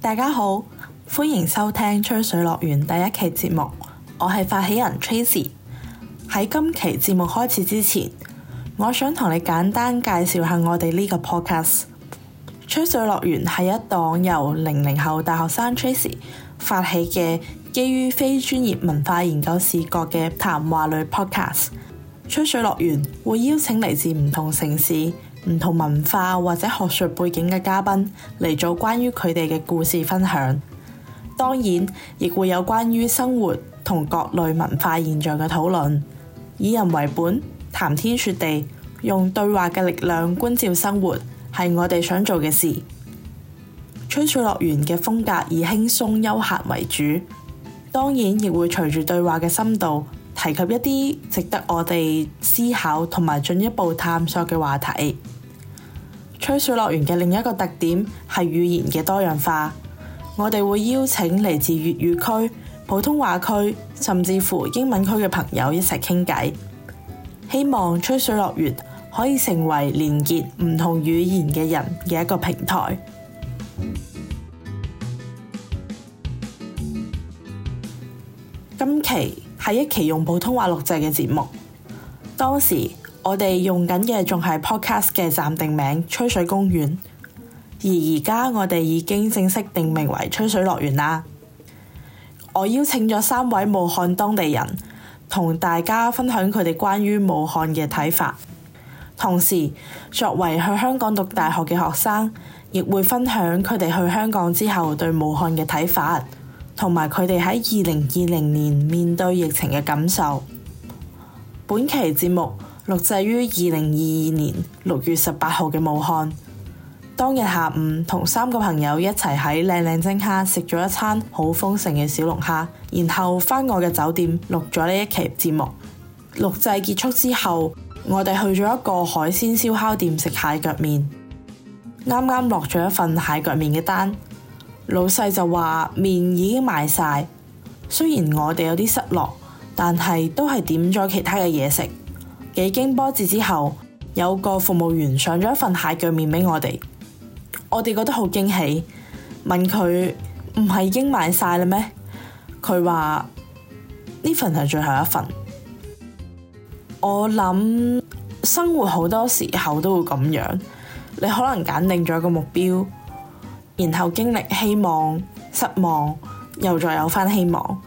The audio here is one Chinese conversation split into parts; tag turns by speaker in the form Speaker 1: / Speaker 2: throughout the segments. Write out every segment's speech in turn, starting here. Speaker 1: 大家好，歡迎收聽吹水樂園第一期節目，我係發起人 Tracy。喺今期節目開始之前，我想同你簡單介紹下我哋呢個 podcast。吹水樂園係一檔由零零後大學生 Tracy 發起嘅基於非專業文化研究視角嘅談話類 podcast。吹水樂園會邀請嚟自唔同城市、唔同文化或者學術背景嘅嘉賓嚟做關於佢哋嘅故事分享。當然，亦會有關於生活同各類文化現象嘅討論，以人為本，談天說地，用對話嘅力量觀照生活，係我哋想做嘅事。吹水樂園嘅風格以輕鬆休閒為主，當然亦會隨住對話嘅深度，提及一啲值得我哋思考同埋進一步探索嘅話題。吹水樂園嘅另一個特點係語言嘅多樣化，我哋會邀請嚟自粵語區、普通話區，甚至乎英文區嘅朋友一齊傾偈。希望吹水樂園可以成為連結唔同語言嘅人嘅一個平台。今期係一期用普通話錄製嘅節目，當時我哋用緊嘅仲係 podcast 嘅暫定名《吹水公園》，而而家我哋已經正式定名為《吹水樂園》啦。我邀請咗三位武漢當地人，同大家分享佢哋關於武漢嘅睇法。同時，作為去香港讀大學嘅學生，亦會分享佢哋去香港之後對武漢嘅睇法，同埋佢哋喺二零二零年面對疫情嘅感受。本期節目錄製於二零二二年六月十八號嘅武漢。當日下午，同三個朋友一齊喺靚靚蒸蝦食咗一餐好豐盛嘅小龍蝦，然後返我嘅酒店錄咗呢一期節目。錄製結束之後，我哋去咗一個海鮮燒烤店食蟹腳麵，啱啱落咗一份蟹腳麵嘅單，老細就話麵已經賣晒。雖然我哋有啲失落，但係都係點咗其他嘅嘢食。幾經波折之後，有個服務員上咗一份蟹腳麵俾我哋，我哋覺得好驚喜，問佢唔係已經賣晒啦咩？佢話呢份係最後一份。我諗生活好多時候都會咁樣，你可能揀定咗一個目標，然後經歷希望、失望，又再有返希望。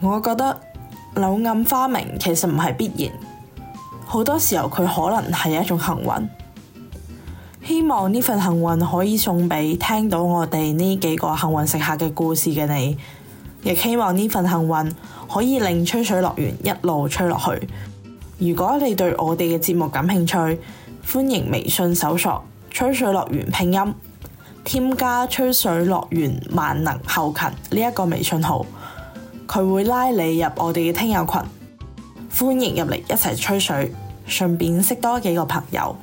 Speaker 1: 我覺得柳暗花明其實唔係必然，好多時候佢可能係一種幸運。希望呢份幸運可以送俾聽到我哋呢幾個幸運食客嘅故事嘅你，亦希望呢份幸運可以令吹水樂園一路吹落去。如果你對我哋嘅節目感興趣，歡迎微信搜索吹水樂園拼音，添加吹水樂園萬能後勤呢一個微信號，佢會拉你入我哋嘅聽友群，歡迎入嚟一齊吹水，順便識多幾個朋友。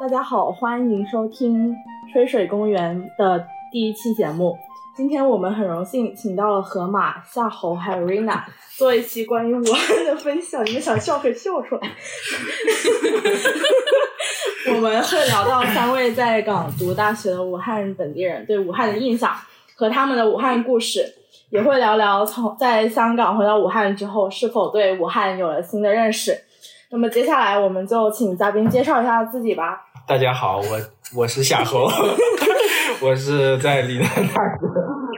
Speaker 1: 大家好，歡迎收聽《吹水公園》的第一期節目。今天我們很榮幸請到了河馬、夏侯還有 Rina 做一期關於武漢的分享。你們想笑可以笑出來。我們會聊到三位在港讀大學的武漢本地人對武漢的印象和他們的武漢故事，也會聊聊從在香港回到武漢之後是否對武漢有了新的認識。那麼接下來我們就請嘉賓介紹一下自己吧。
Speaker 2: 大家好，我我是夏 侯，我是在理南大学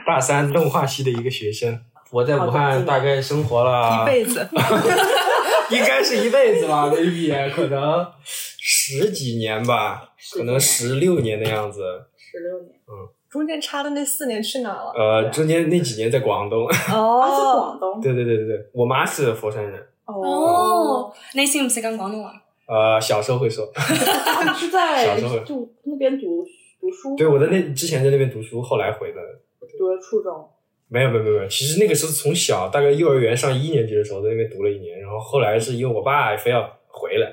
Speaker 2: 大三动画系的一个学生。我在武汉大概生活
Speaker 3: 啊
Speaker 2: 了
Speaker 4: 一辈子，
Speaker 3: 哦
Speaker 2: 应该是一辈子吧，maybe 可能十几年吧，可能十六年的样子。
Speaker 1: 十六年，
Speaker 4: 中间差的那四年去哪了？
Speaker 2: 呃，中间那几年在广东，
Speaker 1: 我
Speaker 5: 啊
Speaker 1: 是廣
Speaker 4: 哦
Speaker 1: 東。
Speaker 2: 对对对对对，我妈是佛山人，
Speaker 1: 哦
Speaker 6: 哦，，你識唔識講廣東話？
Speaker 2: 呃，小时候会说，
Speaker 1: 啊你是在
Speaker 2: 小時候
Speaker 1: 就那边读读书，
Speaker 2: 对，我在那之前在那边读书，后来回的。
Speaker 1: 读的初中。
Speaker 2: 没有没有没有，没有其实那个时候从小大概幼儿园上一年级的时候在那边读了一年，然后后来是因为我爸非要回来，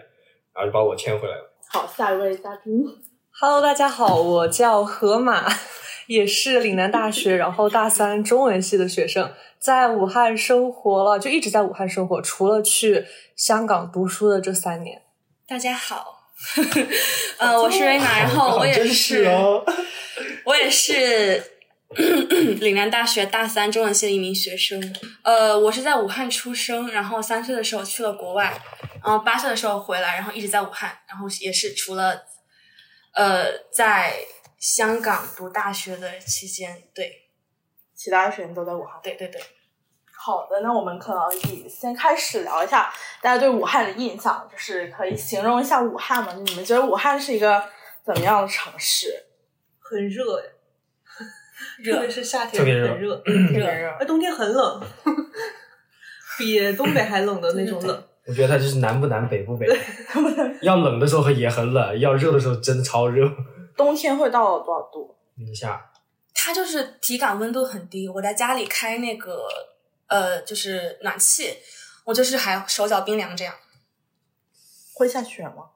Speaker 2: 然后就把我迁回来了。
Speaker 1: 好，下一位嘉宾，
Speaker 5: Hello，大家好，我叫河马， 也是岭南大学，然后大三中文系的学生，在武汉生活了，就一直在武汉生活，除了去香港读书的这三年。
Speaker 6: 大家 好，呃，我是瑞娜，然后我也
Speaker 2: 哦真是哦，
Speaker 6: 我也是岭南大学大三中文系的一名学生。呃，我是在武汉出生，然后三岁的时候去了国外，然后八岁的时候回来，然后一直在武汉，然后也是除了呃在香港读大学的期间，对
Speaker 3: 其他学生都在武汉。
Speaker 6: 对对对，
Speaker 3: 好的，那我们可能以先开始聊一下大家对武汉的印象，就是可以形容一下武汉吗？你们觉得武汉是一个怎么样的城市？
Speaker 7: 很 热哎，特
Speaker 6: 热
Speaker 7: 别是夏天
Speaker 2: 特别热
Speaker 7: 很 热，
Speaker 6: 热，
Speaker 7: 而冬天 很冷，比东北还冷的那种冷。
Speaker 2: 我觉得它就是南不南北不北，要冷的时候也很冷，要热的时候真的超热。
Speaker 3: 冬天会到多少度？
Speaker 2: 零下，
Speaker 6: 它就是体感温度很低。我在家里开那个呃就是暖气，我就是还手脚冰凉这样。
Speaker 3: 会下雪吗？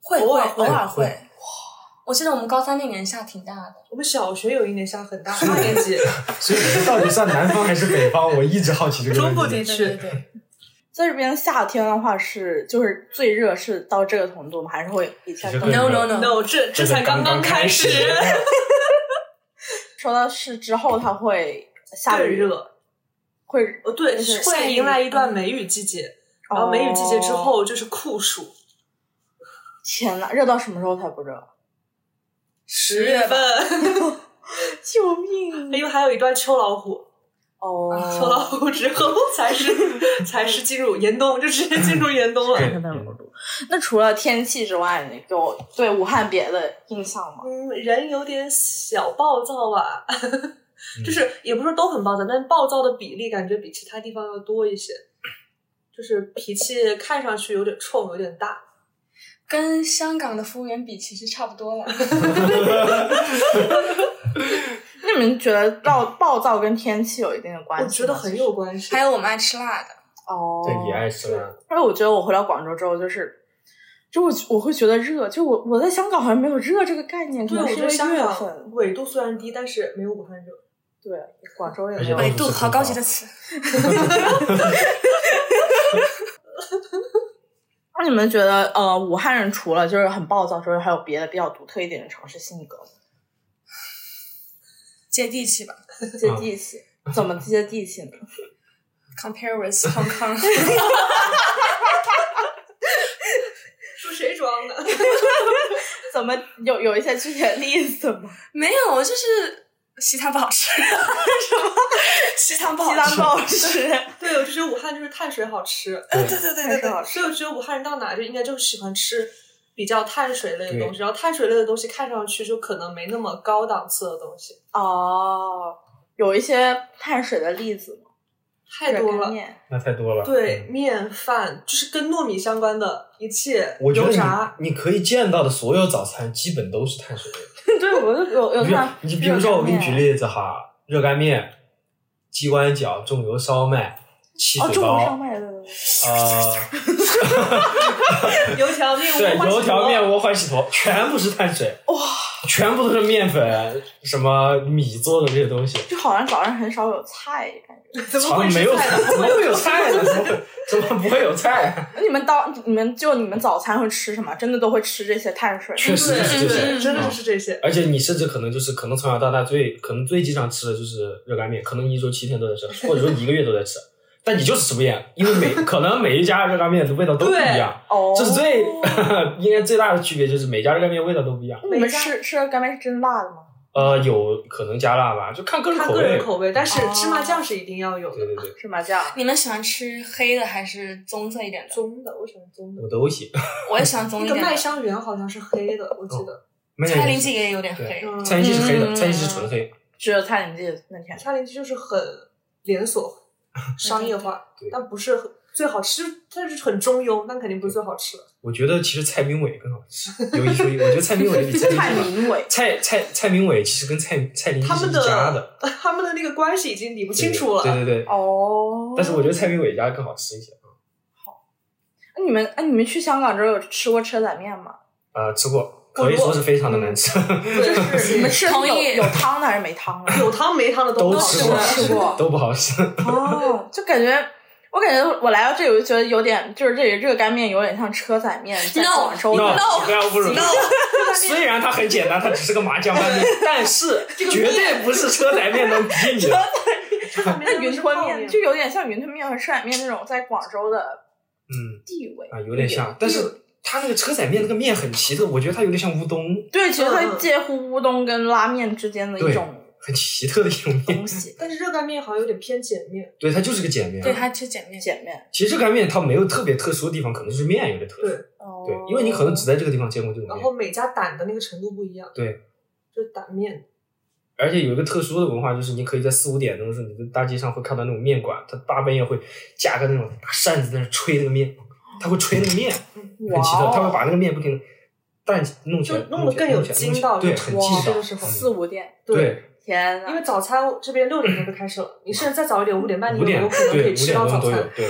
Speaker 6: 会
Speaker 7: 偶尔
Speaker 6: 会偶尔
Speaker 2: 会
Speaker 6: 会。我记得我们高三那年下挺大的，
Speaker 7: 我们小学有一年下很大， 二年级
Speaker 2: 所以你们到底算南方还是北方？我一直好奇这个
Speaker 7: 中部
Speaker 2: 问题。
Speaker 7: 地
Speaker 6: 对
Speaker 7: 区
Speaker 6: 对对，
Speaker 3: 在这边夏天的话是就是最热是到这个程度吗？还是会比夏天
Speaker 2: 其实更
Speaker 6: No
Speaker 2: 热
Speaker 6: no no，
Speaker 7: ，no，这这才刚
Speaker 2: 刚
Speaker 7: 开
Speaker 2: 始，
Speaker 3: 说到是之后它会 下
Speaker 7: 更
Speaker 3: 雨，
Speaker 7: 热。
Speaker 3: 会
Speaker 7: 哦，对，
Speaker 3: 就是
Speaker 7: 会迎来一段梅雨季节，然后梅雨季节之
Speaker 3: 哦
Speaker 7: 后就是酷暑，
Speaker 3: 天呐，热到什么时候才不热？
Speaker 7: 十月份，
Speaker 3: 救命！
Speaker 7: 因为还有一段秋老虎，
Speaker 3: 哦，
Speaker 7: 秋老虎之后才是才是进入严冬，就直接进入严冬了。
Speaker 2: 对
Speaker 3: 那除了天气之外，你有对武汉别的印象吗？
Speaker 7: 嗯，人有点小暴躁吧， 就是也不是都很暴躁，但暴躁的比例感觉比其他地方要多一些，就是脾气看上去有点冲，有点大。
Speaker 6: 跟香港的服务员比，其实差不多了。
Speaker 3: 那你们觉得暴暴躁跟天气有一定的关系
Speaker 7: 嗯我
Speaker 3: 吗？
Speaker 7: 觉得很有关系。
Speaker 6: 还有我们爱吃辣的，
Speaker 3: 哦，
Speaker 2: 对，也爱吃啊辣。
Speaker 3: 而且我觉得我回到广州之后，就是，就我我会觉得热，就我我在香港好像没有热这个概念，可
Speaker 7: 对，
Speaker 3: 能
Speaker 7: 我
Speaker 3: 是因
Speaker 7: 觉
Speaker 3: 为
Speaker 7: 得香
Speaker 3: 月
Speaker 7: 港
Speaker 3: 份。
Speaker 7: 纬度虽然低，但是没有武汉热。
Speaker 3: 对，广州也
Speaker 2: 而
Speaker 3: 没
Speaker 2: 且
Speaker 3: 有
Speaker 2: 都。
Speaker 6: 纬
Speaker 2: 不
Speaker 6: 度
Speaker 2: 是
Speaker 6: 好
Speaker 2: 很
Speaker 6: 高
Speaker 2: 高
Speaker 6: 级的词。
Speaker 3: 那你们觉得，呃，武汉人除了就是很暴躁之外，还有别的比较独特一点的城市性格吗？
Speaker 6: 接地气吧
Speaker 3: 接
Speaker 2: 嗯
Speaker 3: 地气，怎么接地气呢？
Speaker 6: ，compare with Hong Kong，
Speaker 7: 说谁装的？
Speaker 3: 怎么有有一些具体的例子 吗？
Speaker 6: 没有，就是西餐不好吃， 什么西餐不好
Speaker 3: 鸡蛋
Speaker 6: 吃，
Speaker 3: 不好 吃，
Speaker 7: 对，我就觉得武汉就是碳水好吃，
Speaker 6: 对对对对
Speaker 3: 还是
Speaker 6: 对，
Speaker 3: 好吃。
Speaker 7: 所以我觉得武汉人到哪就应该就喜欢吃比较碳水类的
Speaker 2: 对
Speaker 7: 东西，然后碳水类的东西看上去就可能没那么高档次的东西
Speaker 3: 哦，有一些碳水的例子吗？
Speaker 7: 太多
Speaker 3: 热干
Speaker 7: 了。
Speaker 3: 面
Speaker 2: 那太多了。
Speaker 7: 对，
Speaker 2: 嗯，
Speaker 7: 面饭就是跟糯米相关的一切，
Speaker 2: 我觉
Speaker 7: 油
Speaker 2: 得
Speaker 7: 炸。
Speaker 2: 你你可以见到的所有早餐基本都是碳水类的。
Speaker 3: 对，我就有有
Speaker 2: 你
Speaker 3: 看。
Speaker 2: 你比如说，我给你举
Speaker 3: 子，
Speaker 2: 例子哈，热干面、鸡冠饺、重油烧麦、汽
Speaker 3: 哦，
Speaker 2: 水
Speaker 3: 中
Speaker 2: 包
Speaker 3: 午上卖的，
Speaker 2: 呃，
Speaker 7: 油条面，
Speaker 2: 对，
Speaker 7: 我花
Speaker 2: 油条
Speaker 7: 钱
Speaker 2: 面
Speaker 7: 了
Speaker 2: 窝欢喜坨，全部是碳水，哇，全部都是面粉、什么米做的这些东西，
Speaker 3: 就好像早上很少有菜感觉。
Speaker 7: 怎么
Speaker 2: 好
Speaker 7: 会
Speaker 2: 像
Speaker 7: 是
Speaker 2: 没有
Speaker 7: 菜
Speaker 2: 怎么会
Speaker 7: 呢？
Speaker 2: 有菜呢？怎么会怎么不会有菜啊？
Speaker 3: 那你们到你们就你们早餐会吃什么？真的都会吃这些碳水？
Speaker 2: 确实是这
Speaker 7: 对，
Speaker 2: 些，
Speaker 7: 真的
Speaker 2: 啊
Speaker 7: 就是这些。
Speaker 2: 而且你甚至可能就是可能从小到大最可能最经常吃的就是热干面，可能一周七天都在吃，或者说一个月都在吃，但你就是吃不厌，因为每 可能每一家热干面的味道都不一样，
Speaker 3: 哦，
Speaker 2: 这是最
Speaker 7: 哦
Speaker 2: 应该最大的区别就是每家热干面味道都不一样。
Speaker 3: 那你们吃吃热干面是真辣的吗？
Speaker 2: 呃，有可能加辣吧，就看个人
Speaker 7: 看
Speaker 2: 口
Speaker 7: 个
Speaker 2: 味
Speaker 7: 人。口味，但是
Speaker 3: 哦
Speaker 7: 芝麻酱是一定要有
Speaker 2: 对
Speaker 7: 的。
Speaker 2: 对对，
Speaker 3: 芝麻酱。
Speaker 6: 你们喜欢吃黑的还是棕色一点的？
Speaker 7: 棕的，我喜欢棕的。
Speaker 2: 我都喜。
Speaker 6: 我也喜欢棕一
Speaker 7: 那个
Speaker 6: 点
Speaker 7: 麦
Speaker 6: 的。
Speaker 7: 香园好像是黑的，
Speaker 2: 哦
Speaker 7: 我记得。
Speaker 6: 蔡林记也有点
Speaker 2: 对
Speaker 6: 黑，
Speaker 7: 嗯，
Speaker 2: 蔡林记是黑的，
Speaker 3: 嗯
Speaker 2: 蔡林记是纯黑。
Speaker 3: 只有蔡林记那天。
Speaker 7: 夏令记就是很 连锁、商业化
Speaker 2: 对，
Speaker 7: 但不是很最好吃，但是很中庸，但肯定不是最好吃的。
Speaker 2: 我觉得其实蔡明伟更好吃，有一说一，我觉得蔡明伟比蔡 林
Speaker 3: 蔡
Speaker 2: 记好。
Speaker 3: 明伟，
Speaker 2: 蔡蔡蔡明伟其实跟蔡蔡林记
Speaker 7: 他
Speaker 2: 是
Speaker 7: 们
Speaker 2: 一家的。
Speaker 7: 的他们的那个关系已经理不清楚了。
Speaker 2: 对对对。对
Speaker 3: 哦。
Speaker 2: 但是我觉得蔡明伟家更好吃一些。
Speaker 3: 哎 那你们哎，你们去香港之后有吃过车仔面吗？
Speaker 2: 呃，吃过，可以说是非常的难吃，
Speaker 7: 对，
Speaker 3: 你们吃的
Speaker 6: 同
Speaker 3: 是有
Speaker 6: 意
Speaker 3: 有汤的还是没汤的？
Speaker 7: 有汤没汤的
Speaker 2: 都
Speaker 7: 不好
Speaker 2: 吃
Speaker 7: 吃
Speaker 2: 过
Speaker 7: 的。
Speaker 3: 吃过
Speaker 2: 都不好吃。
Speaker 3: 哦，就感觉。我感觉我来到这里，我就觉得有点，就是这里热干面有点像车载面在
Speaker 6: No，
Speaker 3: 广州
Speaker 2: no
Speaker 3: 的
Speaker 6: No
Speaker 2: 不要侮辱。 虽然它很简单，它只是个麻酱拌面， 但是绝对不是车载面能比拟的。
Speaker 3: 那 云吞面，
Speaker 7: 就
Speaker 3: 就有点像云吞面和车载面那种在广州的
Speaker 2: 嗯
Speaker 3: 地位
Speaker 2: 啊，有点像，但是它那个车载面那个面很奇特，我觉得它有点像乌冬，
Speaker 3: 对，其实它
Speaker 7: 嗯嗯
Speaker 3: 介乎乌冬跟拉面之间的一
Speaker 2: 对
Speaker 3: 种
Speaker 2: 很奇特的一种面。
Speaker 3: 东西。
Speaker 7: 但是热干面好像有点偏碱面，
Speaker 2: 对，它就是个碱面。
Speaker 6: 对，它吃碱面。
Speaker 3: 碱面
Speaker 2: 其实热干面它没有特别特殊的地方，可能就是面有点特殊。
Speaker 7: 对
Speaker 3: 哦
Speaker 2: 对，因为你可能只在这个地方见过这种
Speaker 7: 然
Speaker 2: 面
Speaker 7: 后。每家擀的那个程度不一样，
Speaker 2: 对，
Speaker 7: 就是擀面。
Speaker 2: 而且有一个特殊的文化，就是你可以在四五点钟的时候，你在大街上会看到那种面馆，它大半夜会架个那种大扇子在那吹那个面，它会吹那个面，
Speaker 3: 哦
Speaker 2: 很奇特，它会把那个面不停地蛋弄起来，
Speaker 7: 哦就弄得
Speaker 2: 起来
Speaker 7: 更有
Speaker 2: 起来
Speaker 7: 筋
Speaker 2: 弄起来
Speaker 7: 道
Speaker 2: 对，
Speaker 7: 就
Speaker 2: 很
Speaker 7: 哇
Speaker 2: 劲
Speaker 7: 这
Speaker 2: 道嗯
Speaker 7: 个时候。
Speaker 3: 四五店，
Speaker 2: 对，
Speaker 3: 天啊
Speaker 7: 因
Speaker 3: 呐，
Speaker 7: 为早餐这边六点钟就开始了，你甚至再早一点，五点半你
Speaker 2: 五
Speaker 7: 有没
Speaker 2: 点
Speaker 7: 有可能可
Speaker 2: 对
Speaker 7: 以
Speaker 2: 五
Speaker 7: 吃
Speaker 2: 点
Speaker 7: 到
Speaker 2: 钟
Speaker 7: 早
Speaker 2: 都有
Speaker 7: 餐？
Speaker 2: 对，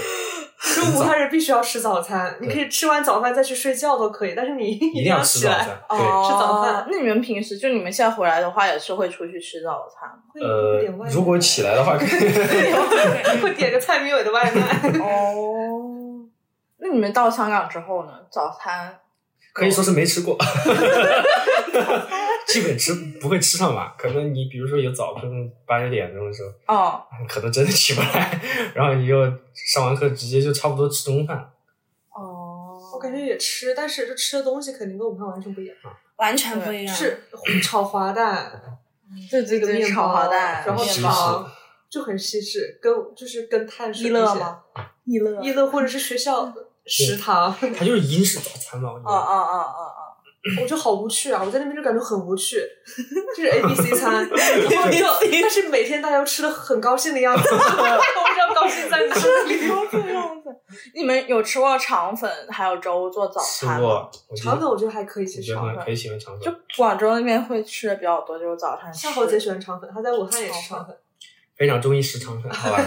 Speaker 7: 就武汉人必须要吃早餐，你可以吃完早饭再去睡觉都可以，但是你一
Speaker 2: 一定
Speaker 7: 要
Speaker 2: 要吃
Speaker 7: 起
Speaker 2: 早
Speaker 7: 来。
Speaker 2: 餐。对，
Speaker 3: 哦
Speaker 7: 吃早饭。
Speaker 3: 那你们平时就你们现在回来的话，也是会出去吃早餐吗？
Speaker 7: 会会点外
Speaker 2: 呃，
Speaker 7: 卖
Speaker 2: 如果起来的话，
Speaker 7: 会点个蔡明伟的外卖。
Speaker 3: 哦，那你们到香港之后呢？早餐
Speaker 2: 可以说是没吃过， 基本吃不会吃上吧。可能你比如说有早可能八九点钟的时候，
Speaker 3: 哦
Speaker 2: 可能真的起不来，然后你就上完课直接就差不多吃中饭。
Speaker 3: 哦，
Speaker 7: 我感觉也吃，但是这吃的东西肯定跟武汉完全不一样，
Speaker 6: 完全不一样。
Speaker 7: 是炒滑蛋，
Speaker 3: 对对
Speaker 7: 这个
Speaker 3: 对，
Speaker 7: 面
Speaker 3: 炒
Speaker 7: 包，
Speaker 3: 滑蛋，
Speaker 7: 然后
Speaker 3: 面
Speaker 2: 西
Speaker 3: 包，
Speaker 7: 糖就很西式，跟就是跟碳水
Speaker 3: 一乐
Speaker 7: 那些
Speaker 3: 吗？一乐，
Speaker 7: 一乐或者是学校食堂，
Speaker 2: 它就是英式早餐嘛，我觉
Speaker 3: 哦哦
Speaker 2: 得。
Speaker 3: 哦哦
Speaker 7: 我就好无趣啊！我在那边就感觉很无趣，就是 A B C 餐，然后就但是每天大家都吃的很高兴的样子，我 不知道高兴在哪里。
Speaker 3: 哦，这样子。你们有吃过肠粉还有粥做早
Speaker 2: 吃
Speaker 3: 餐吗？
Speaker 2: 过，我觉得
Speaker 7: 肠粉我觉得还可以接
Speaker 2: 我觉
Speaker 7: 受
Speaker 2: 得，
Speaker 3: 肠粉
Speaker 2: 很很喜欢肠
Speaker 3: 就
Speaker 2: 粉，
Speaker 3: 广州那边会吃的比较多，就是早上吃。
Speaker 7: 夏侯杰喜欢肠粉，他在武汉也吃肠粉，
Speaker 2: 非常中意吃肠粉，好吧？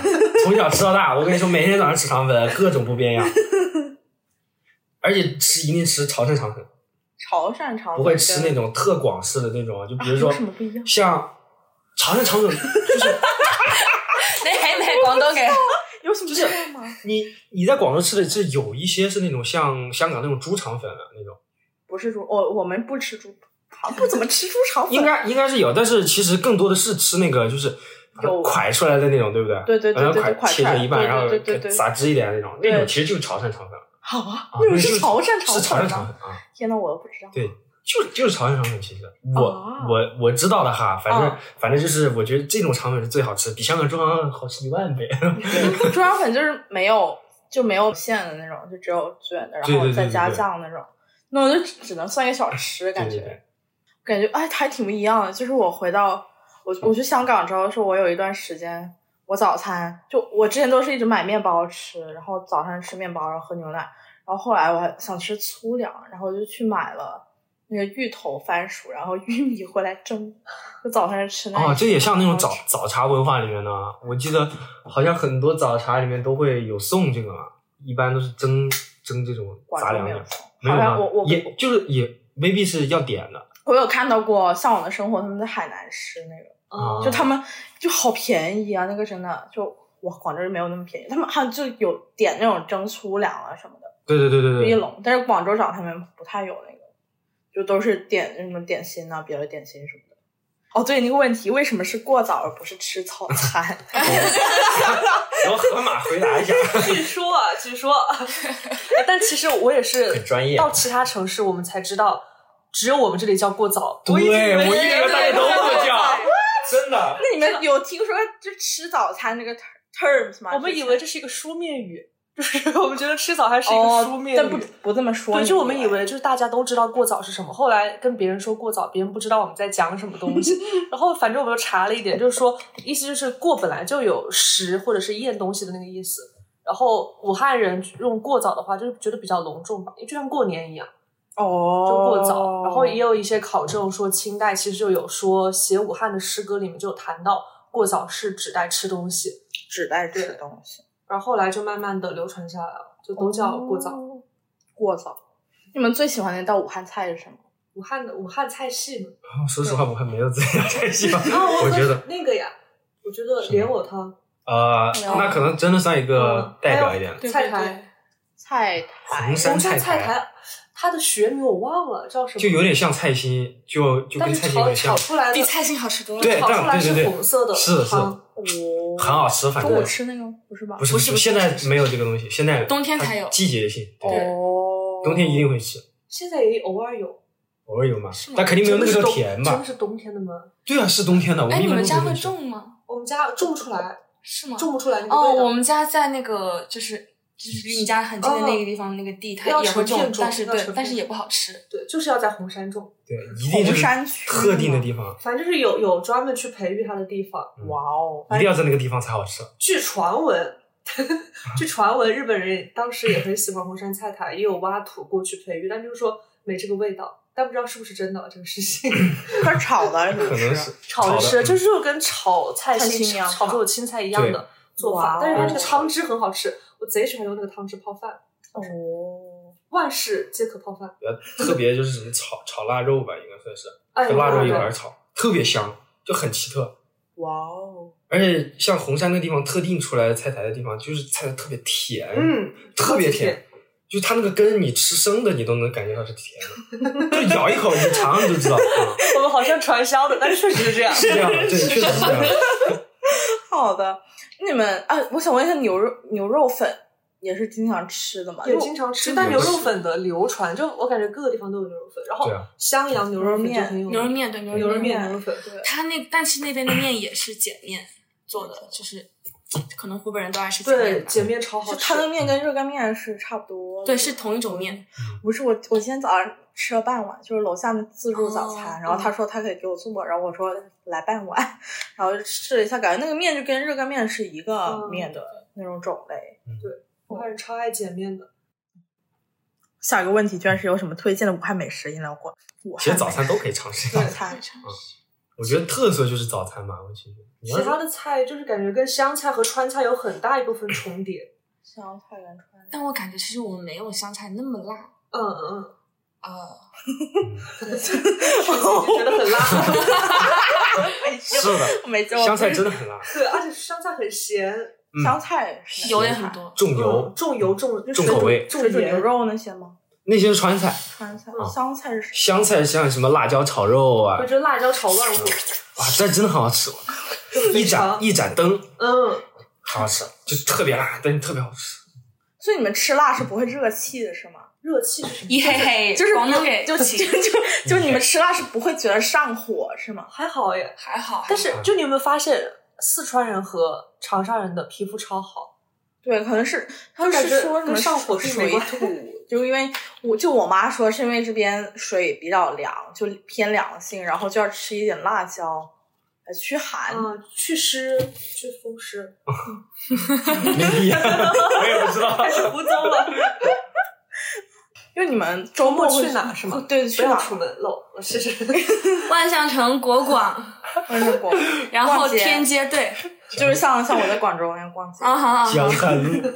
Speaker 2: 从小吃到大，我跟你说，每天早上吃肠粉，各种不变样，而且吃一定吃潮汕肠粉，
Speaker 3: 潮汕肠粉
Speaker 2: 不会吃
Speaker 3: 跟
Speaker 2: 那种特广式的那种啊，就比如
Speaker 3: 啊
Speaker 2: 说
Speaker 3: 有什么不一样
Speaker 2: 像潮汕肠粉，就是
Speaker 6: 那还买广东嘅，
Speaker 3: 有什么不一样吗？
Speaker 2: 你你在广州吃的是有一些是那种像香港那种猪肠粉啊那种，
Speaker 3: 不是猪，哦我我们不吃猪，好不怎么吃猪肠粉。
Speaker 2: 应该应该是有，但是其实更多的是吃那个就是
Speaker 3: 有
Speaker 2: 蒯出来的那种，对不对？
Speaker 3: 对对对
Speaker 2: 然后
Speaker 3: 对对
Speaker 2: 蒯
Speaker 3: 蒯出
Speaker 2: 切
Speaker 3: 来
Speaker 2: 成一半，
Speaker 3: 对
Speaker 2: 然后
Speaker 3: 对对对对
Speaker 2: 撒汁一点那种，
Speaker 3: 对
Speaker 2: 那种其实就是潮汕肠粉。
Speaker 3: 好啊，
Speaker 2: 啊
Speaker 3: 那种
Speaker 2: 那就是是
Speaker 3: 潮汕
Speaker 2: 是潮
Speaker 3: 肠
Speaker 2: 汕
Speaker 3: 粉
Speaker 2: 肠
Speaker 3: 吗？
Speaker 2: 粉啊，
Speaker 3: 天呐，我都不知道。
Speaker 2: 对，就就是潮汕肠粉。其实我、
Speaker 3: 啊
Speaker 2: 我我知道的哈，反正、
Speaker 3: 啊
Speaker 2: 反正就是我觉得这种肠粉是最好吃，比香港猪肠粉好吃一万倍。
Speaker 3: 猪肠粉就是没有就没有馅的那种，就只有卷的，然
Speaker 2: 对对
Speaker 3: 后
Speaker 2: 对
Speaker 3: 再
Speaker 2: 对
Speaker 3: 加
Speaker 2: 对
Speaker 3: 酱那种。那我就只能算一个小吃，
Speaker 2: 对
Speaker 3: 感
Speaker 2: 对
Speaker 3: 觉。
Speaker 2: 对，
Speaker 3: 感觉哎，还挺不一样的。就是我回到我我去香港之后，是我有一段时间，我早餐就我之前都是一直买面包吃，然后早上吃面包，然后喝牛奶，然后后来我还想吃粗粮，然后我就去买了那个芋头、番薯，然后 玉米回来蒸，就早上吃那个。
Speaker 2: 哦，这也像那种早
Speaker 3: 然后
Speaker 2: 早茶文化里面的，我记得好像很多早茶里面都会有送这个，一般都是蒸蒸这种
Speaker 3: 广
Speaker 2: 杂
Speaker 3: 州
Speaker 2: 粮
Speaker 3: 没有
Speaker 2: 的，没
Speaker 3: 好
Speaker 2: 有
Speaker 3: 像
Speaker 2: 吗
Speaker 3: 我我
Speaker 2: 也就是也未必是要点的，
Speaker 3: 我有看到过《向往的生活》，他们在海南吃那个，
Speaker 2: 啊
Speaker 3: 哦就他们就好便宜啊，那个真的就哇，广州就没有那么便宜，他们还就有点那种蒸粗粮啊什么的。
Speaker 2: 对对对对
Speaker 3: 一
Speaker 2: 对，
Speaker 3: 笼，但是广州长他们不太有那个，就都是点什么点心啊，别的点心什么的。哦，对，那个问题，为什么是过早而不是吃早餐？
Speaker 2: 然后河马回答一下，
Speaker 7: 据说啊，据说，哎但其实我也是
Speaker 2: 很专业啊
Speaker 7: 到其他城市我们才知道，只有我们这里叫过早。
Speaker 2: 对
Speaker 7: 我一直以为
Speaker 2: 我一直以为大家都这么叫
Speaker 7: 对对
Speaker 2: 真的，
Speaker 3: 那你们有听说就吃早餐这个 ter- terms 吗？
Speaker 7: 我们以为这是一个书面语，就是我们觉得吃早餐
Speaker 3: 这
Speaker 7: 是一个书面语。
Speaker 3: 哦但不不这么说。
Speaker 7: 对，就我们
Speaker 3: 你
Speaker 7: 以为就是大家都知道过早是什么，后来跟别人说过早，别人不知道我们在讲什么东 西。然后反正我又查了一点，就是说意思就是过本来就有食或者是验东西的那个意思。然后武汉人用过早的话，就是觉得比较隆重吧，就像过年一样，
Speaker 3: 哦，
Speaker 7: 就过早。然后也有一些考证说，清代其实就有说写武汉的诗歌里面就有谈到过早是指代吃东西，
Speaker 3: 只带吃东西，
Speaker 7: 然后后来就慢慢的流传
Speaker 6: 哦
Speaker 7: 下来了，就都叫过早。
Speaker 3: 哦过早。你们最喜欢的一道武汉菜是什么？
Speaker 7: 武汉的武汉菜系嘛。
Speaker 2: 啊说实话，我还没有自己的菜系吧
Speaker 7: 啊，我
Speaker 2: 我觉
Speaker 7: 喝
Speaker 2: 得
Speaker 7: 那个呀，我觉得
Speaker 2: 什么
Speaker 7: 莲藕汤、嗯
Speaker 2: 啊、
Speaker 3: 没有
Speaker 2: 那可能真的算一个呃代表一点的。
Speaker 3: 对
Speaker 7: 菜
Speaker 3: 对对
Speaker 7: 苔、
Speaker 3: 菜
Speaker 2: 红
Speaker 7: 红
Speaker 2: 山
Speaker 7: 山
Speaker 2: 菜苔
Speaker 7: 苔，它的学名我忘了叫什么，
Speaker 2: 就有点像菜心，就就跟
Speaker 7: 但
Speaker 2: 菜
Speaker 7: 是
Speaker 2: 心有
Speaker 7: 炒
Speaker 2: 点像
Speaker 7: 炒，出来
Speaker 6: 比
Speaker 7: 的，
Speaker 6: 菜心好吃多了。
Speaker 2: 对
Speaker 7: 炒出来
Speaker 2: 但对对
Speaker 7: 是
Speaker 2: 对
Speaker 7: 红色的
Speaker 2: 是的是的
Speaker 7: 汤。
Speaker 2: 很好吃，反
Speaker 6: 中午
Speaker 2: 正
Speaker 6: 吃那个不是吧？
Speaker 2: 不是
Speaker 6: 不是，
Speaker 2: 现在没有这个东西，现在
Speaker 6: 冬天才有
Speaker 2: 它季节性，对
Speaker 3: 哦，
Speaker 2: 冬天一定会吃，
Speaker 7: 现在也偶尔有，
Speaker 2: 偶尔有嘛
Speaker 6: 是吗，
Speaker 2: 但肯定没有那个时
Speaker 7: 真的
Speaker 2: 候
Speaker 7: 是
Speaker 2: 甜
Speaker 7: 冬
Speaker 2: 吧
Speaker 7: 真？是冬天的吗？
Speaker 2: 对啊，是冬天的，我
Speaker 6: 哎，
Speaker 2: 们一
Speaker 6: 你
Speaker 2: 般
Speaker 6: 们
Speaker 2: 都
Speaker 6: 家会
Speaker 2: 是
Speaker 6: 种吗？
Speaker 7: 我们家种出来，
Speaker 6: 是吗？
Speaker 7: 种不出来那个
Speaker 6: 哦，
Speaker 7: 味道。
Speaker 6: 我们家在那个就是就是离你家很近的那个地方，那个地它
Speaker 7: 要
Speaker 6: 也会
Speaker 7: 成
Speaker 6: 种
Speaker 7: 片，种
Speaker 6: 但是
Speaker 7: 要成
Speaker 6: 对，
Speaker 7: 片
Speaker 6: 但是也不好吃。
Speaker 7: 对，就是要在红山种，
Speaker 2: 对，一定就是
Speaker 3: 红山区
Speaker 2: 特定的
Speaker 3: 吗
Speaker 2: 地方，
Speaker 7: 反正就是有有专门去培育它的地方。
Speaker 3: 哇哦，
Speaker 2: 一定要在那个地方才好吃。
Speaker 7: 据传闻， 据传闻，日本人也当时也很喜欢红山菜苔，也有挖土过去培育，但就是说没这个味道，但不知道是不是真的啊这个事情。
Speaker 3: 它是炒 的，
Speaker 2: 可能是
Speaker 7: 炒着吃，
Speaker 2: 的嗯
Speaker 7: 就是就是跟炒菜
Speaker 3: 菜
Speaker 7: 心
Speaker 3: 心一样
Speaker 7: 炒
Speaker 3: 炒
Speaker 7: 这种青菜一样的做
Speaker 3: 哇
Speaker 7: 法
Speaker 3: 哦，
Speaker 7: 但是它那个汤汁很好吃，我贼喜欢用那个汤汁泡饭，
Speaker 3: 哦，
Speaker 7: 万事皆可泡饭。
Speaker 2: 呃特别就是什么炒炒腊肉吧，应该算是
Speaker 7: 哎，
Speaker 2: 跟腊肉一
Speaker 7: 对
Speaker 2: 块儿炒，特别香，就很奇特。
Speaker 3: 哇哦，
Speaker 2: 而且像红山那个地方特定出来的菜苔的地方，就是菜苔特别甜，
Speaker 7: 嗯，
Speaker 2: 特别
Speaker 7: 特别
Speaker 2: 甜，就它那个根你吃生的你都能感觉到是甜的，就咬一口你尝你就知道，啊，
Speaker 7: 我们好像传销的，但确实是 这样。
Speaker 2: 是这样的，对，确实是这样的。
Speaker 3: 好的，你们啊，我想问一下牛肉牛肉粉也是经常吃的吗？
Speaker 7: 也
Speaker 3: 就
Speaker 7: 经常吃，
Speaker 3: 就
Speaker 7: 但
Speaker 2: 是
Speaker 7: 牛肉粉的流传，就我感觉各个地方都有牛肉粉，然后
Speaker 2: 对啊
Speaker 7: 襄阳牛肉粉就很有名
Speaker 6: 牛肉，面对
Speaker 7: 嗯牛
Speaker 6: 牛
Speaker 7: 肉
Speaker 6: 肉
Speaker 7: 面、牛
Speaker 6: 面，
Speaker 7: 肉粉，
Speaker 3: 对
Speaker 6: 它那但是那边的面也是碱面做的，就是可能湖北人都爱吃碱
Speaker 7: 对
Speaker 6: 面，吧。
Speaker 7: 碱面超好
Speaker 3: 就
Speaker 7: 吃。
Speaker 3: 汤羹面跟热干面是差不多的，
Speaker 6: 对，是同一种面。
Speaker 3: 不是我，我今天早上吃了半碗，就是楼下的自助早餐，
Speaker 6: 哦
Speaker 3: 然后他说他可以给我做，然后我说来半碗，然后试了一下，感觉那个面就跟热干面是一个
Speaker 7: 嗯
Speaker 3: 面的那种种类。
Speaker 7: 武汉人超爱碱面的，
Speaker 3: 下一个问题居然是有什么推荐的武汉美食饮料馆？武汉
Speaker 2: 其实早餐都可以尝试一
Speaker 3: 早
Speaker 2: 下，
Speaker 3: 餐
Speaker 2: 我觉得特色就是早餐嘛，我其实你要
Speaker 7: 其
Speaker 2: 是
Speaker 7: 他的菜就是感觉跟湘菜和川菜有很大一部分重叠。
Speaker 3: 香菜园 川
Speaker 6: 但我感觉其实我们没有湘菜那么辣。
Speaker 7: 嗯嗯，
Speaker 6: 呃，
Speaker 7: 嗯，觉得很辣，
Speaker 2: 是的，
Speaker 3: 没见过
Speaker 2: 香菜真的很辣，
Speaker 7: 对，而且湘菜很咸，
Speaker 2: 嗯
Speaker 3: 香菜是哪
Speaker 6: 油也
Speaker 3: 一
Speaker 6: 很
Speaker 3: 款，
Speaker 6: 多。
Speaker 2: 重
Speaker 7: 嗯
Speaker 2: 油，
Speaker 7: 重油重就
Speaker 2: 重
Speaker 7: 水
Speaker 2: 口
Speaker 7: 煮
Speaker 2: 味
Speaker 7: 重
Speaker 3: 水煮
Speaker 7: 盐
Speaker 3: 牛。肉那些吗？
Speaker 2: 那些是川菜，
Speaker 3: 川菜
Speaker 2: 啊，
Speaker 3: 香菜是什
Speaker 2: 湘菜像什么辣椒炒肉啊
Speaker 7: 我，觉得辣椒炒万物，
Speaker 2: 哇，但真的很好吃，
Speaker 7: 就
Speaker 2: 一
Speaker 7: 非
Speaker 2: 盏
Speaker 7: 常
Speaker 2: 一盏灯，
Speaker 7: 嗯，
Speaker 2: 好好吃，就特别辣，但是特别好吃。
Speaker 3: 么？所以你们吃辣是不会热气的，是吗？
Speaker 7: 热气是什么？
Speaker 6: 一嘿嘿，
Speaker 3: 就是
Speaker 6: 广东
Speaker 3: 不
Speaker 6: 给
Speaker 3: 就就 就就你们吃辣是不会觉得上火是吗？
Speaker 7: 还好耶，
Speaker 6: 还好，
Speaker 7: 但是就你有没有发现，四川人和长沙人的皮肤超好？
Speaker 3: 对，可能是他
Speaker 7: 就感
Speaker 3: 是
Speaker 7: 觉
Speaker 3: 说什么
Speaker 7: 跟上火并
Speaker 3: 水
Speaker 7: 没关
Speaker 3: 土， 就因为我就我妈说是因为这边水比较凉，就偏凉性，然后就要吃一点辣椒来驱寒。
Speaker 7: 嗯，祛湿、祛风湿，
Speaker 2: 没必要，我也不知 道。
Speaker 7: 开始胡诌了。
Speaker 3: 因为你们周末
Speaker 7: 末
Speaker 3: 会哦
Speaker 7: 去哪是吗
Speaker 3: 对，
Speaker 7: 不
Speaker 3: 去
Speaker 7: 要
Speaker 3: 哪？
Speaker 7: 出门喽，我试试。
Speaker 6: 万象城、 国广，
Speaker 3: 嗯我是 广，
Speaker 6: 然后
Speaker 3: 逛街
Speaker 6: 天街， 对，
Speaker 3: 就是像像我在广州那样逛街。
Speaker 6: 啊哈啊哈，
Speaker 2: 江汉路，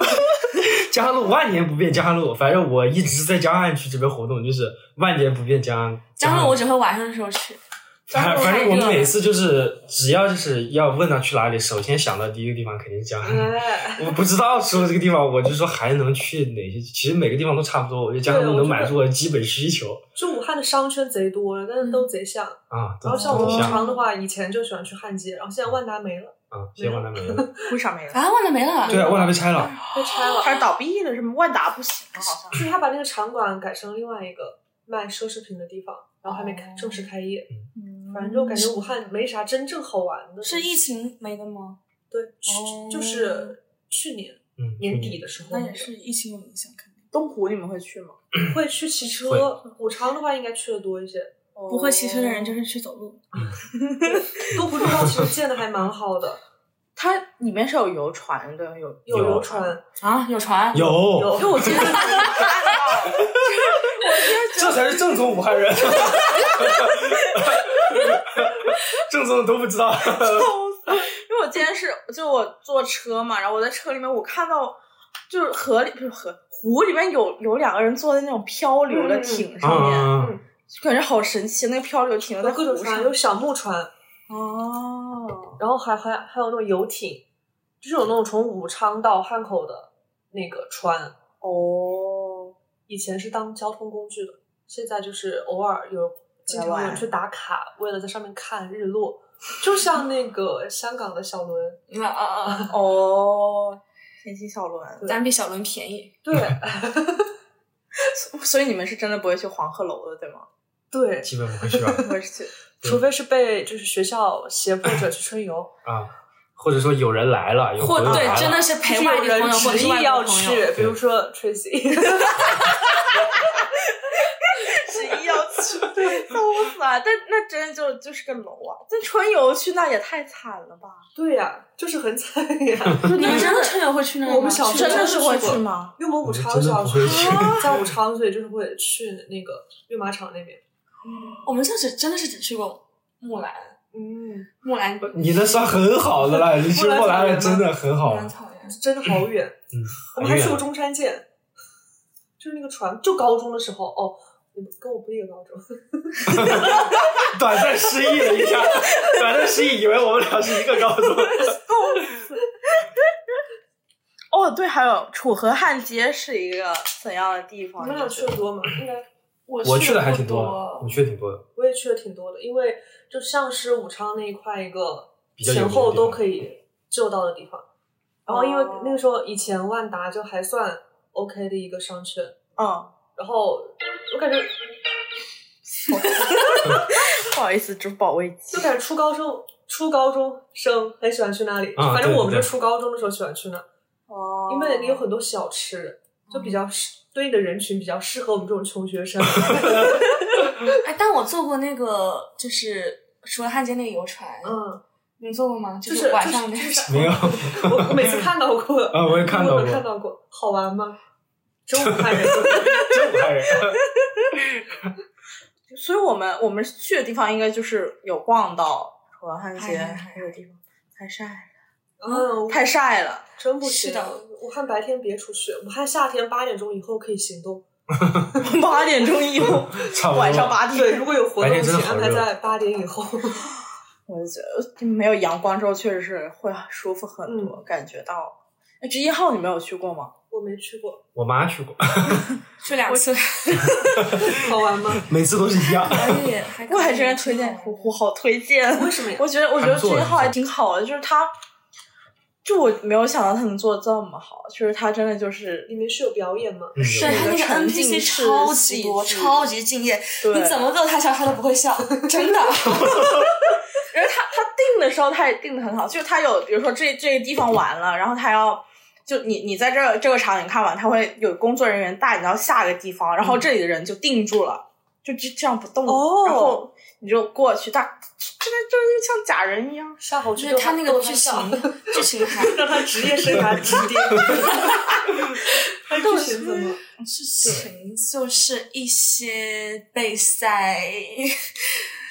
Speaker 2: 江汉路万年不变，江汉路，反正我一直在江汉区这边活动，就是万年不变江。
Speaker 6: 江
Speaker 2: 汉
Speaker 6: 路我，只会晚上的时候去。
Speaker 2: 反
Speaker 6: 江
Speaker 2: 反
Speaker 6: 太
Speaker 2: 正我
Speaker 6: 热
Speaker 2: 们
Speaker 6: 了
Speaker 2: 每次就是只要就是要问他去哪里，首先想到第一个地方肯定是江汉路。
Speaker 7: 哎，
Speaker 2: 我不知道除了这个地方，我就说还能去哪些？其实每个地方都差不多，我觉得江汉路
Speaker 7: 对我
Speaker 2: 能
Speaker 7: 觉得
Speaker 2: 满足我的基本需求
Speaker 7: 就武汉的商圈贼多，但是都贼像。
Speaker 2: 啊。都
Speaker 7: 然后像我
Speaker 2: 都
Speaker 7: 们
Speaker 2: 挺
Speaker 7: 平
Speaker 2: 像
Speaker 7: 常的话，以前就喜欢去汉街，然后现在万达没了，
Speaker 2: 啊，结果呢没了。
Speaker 3: 为啥没了？
Speaker 6: 啊，万达没了。
Speaker 2: 对啊，万达被拆了。
Speaker 7: 哎被拆了。
Speaker 3: 它是倒闭了是吗？万达不行了，好像
Speaker 7: 就是他把那个场馆改成另外一个卖奢侈品的地方，然后还没
Speaker 6: 哦
Speaker 7: 开正式开业。
Speaker 2: 嗯
Speaker 7: 反正就感觉武汉没啥真正好玩的。
Speaker 6: 是疫情没的吗？
Speaker 7: 对，去
Speaker 6: 哦
Speaker 7: 就是去年
Speaker 2: 嗯，
Speaker 7: 年底的时候
Speaker 6: 那，也是疫情有影响，肯定
Speaker 3: 东湖你们会去吗？。
Speaker 7: 会去骑
Speaker 2: 会
Speaker 7: 车。武昌的话，应该去的多一些。
Speaker 6: 不会骑车的人就是是去走路。
Speaker 7: 东湖路道其实建的还蛮好的，
Speaker 3: 它里面是有游船的，有
Speaker 7: 有
Speaker 2: 有
Speaker 7: 游船，
Speaker 6: 啊，有船，
Speaker 2: 有，
Speaker 6: 哦
Speaker 7: 有
Speaker 3: 因为我今天看到，
Speaker 2: 这才是正宗武汉人。正宗的都不知道。
Speaker 3: 因为我今天是就我坐车嘛，然后我在车里面我看到就是河里不是河湖里面有有两个人坐在那种漂流的艇上面，
Speaker 2: 啊
Speaker 7: 嗯，
Speaker 3: 感觉好神奇，那个漂流停留
Speaker 7: 有
Speaker 3: 在
Speaker 7: 各种
Speaker 3: 湖
Speaker 7: 船，
Speaker 3: 上
Speaker 7: 有。小木船，
Speaker 3: 哦，
Speaker 7: 然后还还还有那种游艇，就是有那种从武昌到汉口的那个船，
Speaker 3: 哦，
Speaker 7: 以前是当交通工具的，现在就是偶尔有经常
Speaker 3: 来
Speaker 7: 有
Speaker 3: 玩
Speaker 7: 人去打卡，为了在上面看日落，就像那个香港的小轮，
Speaker 6: 啊啊 啊！
Speaker 3: 哦，天星小轮。
Speaker 6: 但比小轮便宜。
Speaker 7: 对
Speaker 3: 所所以你们是真的不会去黄鹤楼的，对吗？
Speaker 7: 对，
Speaker 2: 基本不会去吧？
Speaker 3: 我是 去，
Speaker 7: 除非是被就是学校胁迫着去春游，
Speaker 2: 啊，或者说有人来了，有
Speaker 6: 或
Speaker 2: 朋友来
Speaker 6: 对
Speaker 2: 了，，
Speaker 6: 真的是 陪
Speaker 7: 就是
Speaker 6: 外
Speaker 7: 有
Speaker 6: 地朋
Speaker 7: 人
Speaker 6: 友或者
Speaker 7: 执
Speaker 6: 是
Speaker 7: 意
Speaker 6: 外
Speaker 7: 要
Speaker 6: 国朋友。
Speaker 7: 去，比如说 Tracy，
Speaker 3: 执意要去，笑死啊！但那真的就就是个楼啊！这春游去那也太惨了吧？
Speaker 7: 对呀、就是很惨呀。
Speaker 6: 你们真的 春游会去那儿吗？
Speaker 7: 我们小时
Speaker 3: 真
Speaker 7: 候
Speaker 3: 的是
Speaker 7: 是
Speaker 3: 会
Speaker 7: 去
Speaker 3: 去吗？
Speaker 7: 因为我们武
Speaker 2: 我是
Speaker 7: 昌
Speaker 2: 真的
Speaker 7: 小
Speaker 2: 不会
Speaker 7: 学
Speaker 2: 去，
Speaker 7: 在武昌，所以就是会去那个跃马场那边。
Speaker 6: 我们上次真的是只去过木兰，
Speaker 7: 嗯，
Speaker 6: 木兰
Speaker 2: 你那算很好的了，你去
Speaker 7: 木
Speaker 2: 木
Speaker 7: 兰
Speaker 2: 兰
Speaker 7: 草
Speaker 2: 了
Speaker 7: 原吗
Speaker 2: 真的很好
Speaker 6: 木
Speaker 2: 了
Speaker 6: 兰，草原。
Speaker 7: 真的好远。
Speaker 2: 嗯，
Speaker 7: 我
Speaker 2: 很
Speaker 7: 们还去
Speaker 2: 远
Speaker 7: 过中山舰，就是那个船，就高中的时候哦，你们跟我不是一个高中，
Speaker 2: 短暂失忆了一下，短暂失忆，以为我们俩是一个高中。
Speaker 3: 哦，对，还有楚河汉街是一个怎样的地方？
Speaker 7: 你们俩去的多吗？应该
Speaker 6: 我
Speaker 2: 我去
Speaker 6: 去
Speaker 2: 的
Speaker 6: 的
Speaker 2: 还
Speaker 6: 不
Speaker 2: 挺多的，我去的挺多的，
Speaker 7: 我也去了挺多的，因为就像是武昌那一块一个
Speaker 2: 比较有
Speaker 7: 前
Speaker 2: 名的
Speaker 7: 后
Speaker 2: 地
Speaker 7: 都
Speaker 2: 方
Speaker 7: 可以救到的地方。然后因为
Speaker 3: 哦
Speaker 7: 那个时候以前万达就还算 OK 的一个商圈，
Speaker 3: 嗯，
Speaker 7: 然后我感觉
Speaker 3: 不好意思，珠宝危机
Speaker 7: 就。感觉初高中初高中生很喜欢去那里，
Speaker 2: 啊
Speaker 7: 反正
Speaker 2: 对
Speaker 7: 我们
Speaker 2: 对
Speaker 7: 是初高中的时候喜欢去那，
Speaker 3: 哦
Speaker 7: 因为有很多小吃，就比较适对应的人群比较适合我们这种穷学生。
Speaker 6: 哎，但我坐过那个，就是除了汉街那个游船，
Speaker 7: 嗯，
Speaker 6: 你们坐过吗？
Speaker 7: 就是
Speaker 6: 是晚上那
Speaker 7: 就
Speaker 6: 个
Speaker 7: 是。
Speaker 2: 没有
Speaker 7: 我我每次看到过，
Speaker 2: 啊我也看到过
Speaker 7: 我看到过，好玩吗？真武汉人，
Speaker 2: 真武汉人，
Speaker 3: 所以我们我们去的地方应该就是有逛到楚河汉街，
Speaker 6: 哎哎哎
Speaker 3: 还有地方太晒了，
Speaker 7: 嗯，
Speaker 3: 太晒了。
Speaker 7: 真不
Speaker 6: 是
Speaker 7: 行
Speaker 6: 的。
Speaker 7: 武汉白天别出去，武汉夏天八点钟以后可以行动。
Speaker 3: 八点钟以后，
Speaker 2: 差不多。
Speaker 3: 晚上八点，
Speaker 7: 对，如果有活
Speaker 2: 白
Speaker 7: 动，
Speaker 2: 天真
Speaker 7: 请
Speaker 2: 的好
Speaker 7: 安排
Speaker 2: 热
Speaker 7: 在八点以后。
Speaker 3: 我就觉得没有阳光之后，确实是会舒服很多，感觉到。哎，这一号你没有去过吗？
Speaker 7: 我没去过，
Speaker 2: 我妈去过，
Speaker 6: 去两次，
Speaker 7: 好玩吗？
Speaker 2: 每次都是一样。
Speaker 6: 可以，还
Speaker 3: 我还真的推荐，我我好推荐。
Speaker 7: 为什么呀？
Speaker 3: 我觉得我觉得
Speaker 2: 还
Speaker 3: 这
Speaker 2: 不错
Speaker 3: 一号
Speaker 2: 还
Speaker 3: 还
Speaker 2: 不错
Speaker 3: 挺好的，就是他，就我没有想到他能做得这么好，就是他真的就是
Speaker 7: 里面是有表演吗？
Speaker 2: 嗯
Speaker 6: 对他那个
Speaker 3: 沉浸
Speaker 6: NPC
Speaker 3: 式
Speaker 6: 超级多，
Speaker 3: 戏剧
Speaker 6: 超级敬业，
Speaker 3: 对，
Speaker 6: 你怎么逗他笑，他都不会笑，真的。
Speaker 3: 然后他他定的时候，他也定的很好，就是他有，比如说这这个地方完了，然后他要就你你在这儿这个场景看完，他会有工作人员带你到下一个地方，
Speaker 6: 嗯
Speaker 3: 然后这里的人就定住了，就这这样不动，
Speaker 7: 哦
Speaker 3: 然后你就过去，他真的就是像假人一样，
Speaker 7: 下回
Speaker 6: 我
Speaker 7: 去
Speaker 6: 觉
Speaker 7: 就
Speaker 6: 得他那个剧情，剧情还
Speaker 7: 让他职业生涯指 点。他剧情怎么？
Speaker 6: 剧情就是一些被塞，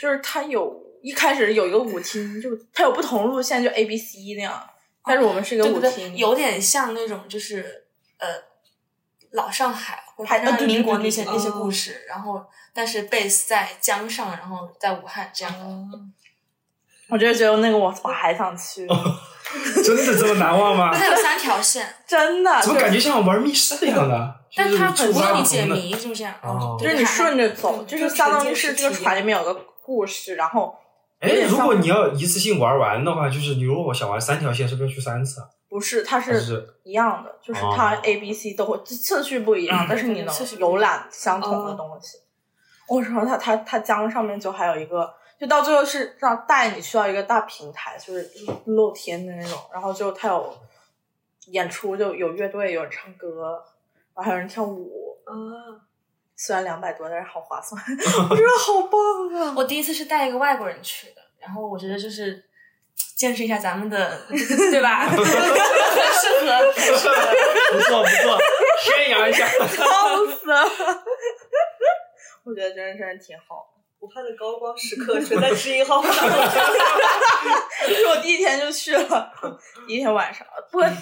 Speaker 3: 就是他有一开始有一个舞厅，就他有不同路线，就 A B C 那样，但是我们是一个
Speaker 6: 对
Speaker 3: 舞
Speaker 6: 对对，
Speaker 3: 厅，
Speaker 6: 有点像那种就是呃老上海或
Speaker 3: 拍呃
Speaker 6: 者
Speaker 3: 对对
Speaker 6: 民国
Speaker 3: 对对
Speaker 6: 那些
Speaker 3: 对
Speaker 6: 那些
Speaker 7: 哦
Speaker 6: 故事，然后但是 base 在江上，然后在武汉这样
Speaker 3: 哦
Speaker 6: 的。
Speaker 3: 我就觉得那个我
Speaker 2: 嗯
Speaker 3: 我还想去，
Speaker 2: 哦真的这么难忘 吗？
Speaker 6: 它有三条线，
Speaker 3: 真的，
Speaker 2: 怎
Speaker 3: 就
Speaker 2: 么
Speaker 3: 是
Speaker 2: 感觉像玩密室一样的？
Speaker 6: 但
Speaker 2: 就是
Speaker 6: 它主
Speaker 2: 主
Speaker 6: 要
Speaker 2: 要
Speaker 6: 你解谜就这样，
Speaker 2: 哦
Speaker 3: 就是你顺着走，就是相当于是这个船里面有个故事，然后有
Speaker 2: 哎，
Speaker 3: 点
Speaker 2: 如
Speaker 3: 像
Speaker 2: 果你要一次性玩完的话，就是你如果我想玩三条线，是不是要去三次啊？
Speaker 3: 不是它
Speaker 2: 还
Speaker 3: 是
Speaker 2: 是
Speaker 3: 一样的，就是它
Speaker 2: 哦
Speaker 3: A、B、C 都会次序不一 样，但是你能
Speaker 6: 次序不一样嗯
Speaker 3: 浏览相同的东西。我说它它它江上面就还有一个，就到最后是让带你去到一个大平台，就是露天的那种，然后就它有演出，就有乐队，有人唱歌，然后还有人跳舞。
Speaker 7: 啊，
Speaker 3: 虽然两百多，但是好划算，我觉得好棒啊！
Speaker 6: 我第一次是带一个外国人去的，然后我觉得就是见识一下咱们的， 对吧？很适合，很适合。
Speaker 2: 不错不错，宣扬一下。
Speaker 3: 笑死了！ 我觉得真的真的挺好
Speaker 7: 武汉的高光时刻全在知 音号。
Speaker 3: 的，就是我第一天就去了，第一天晚上，不过、嗯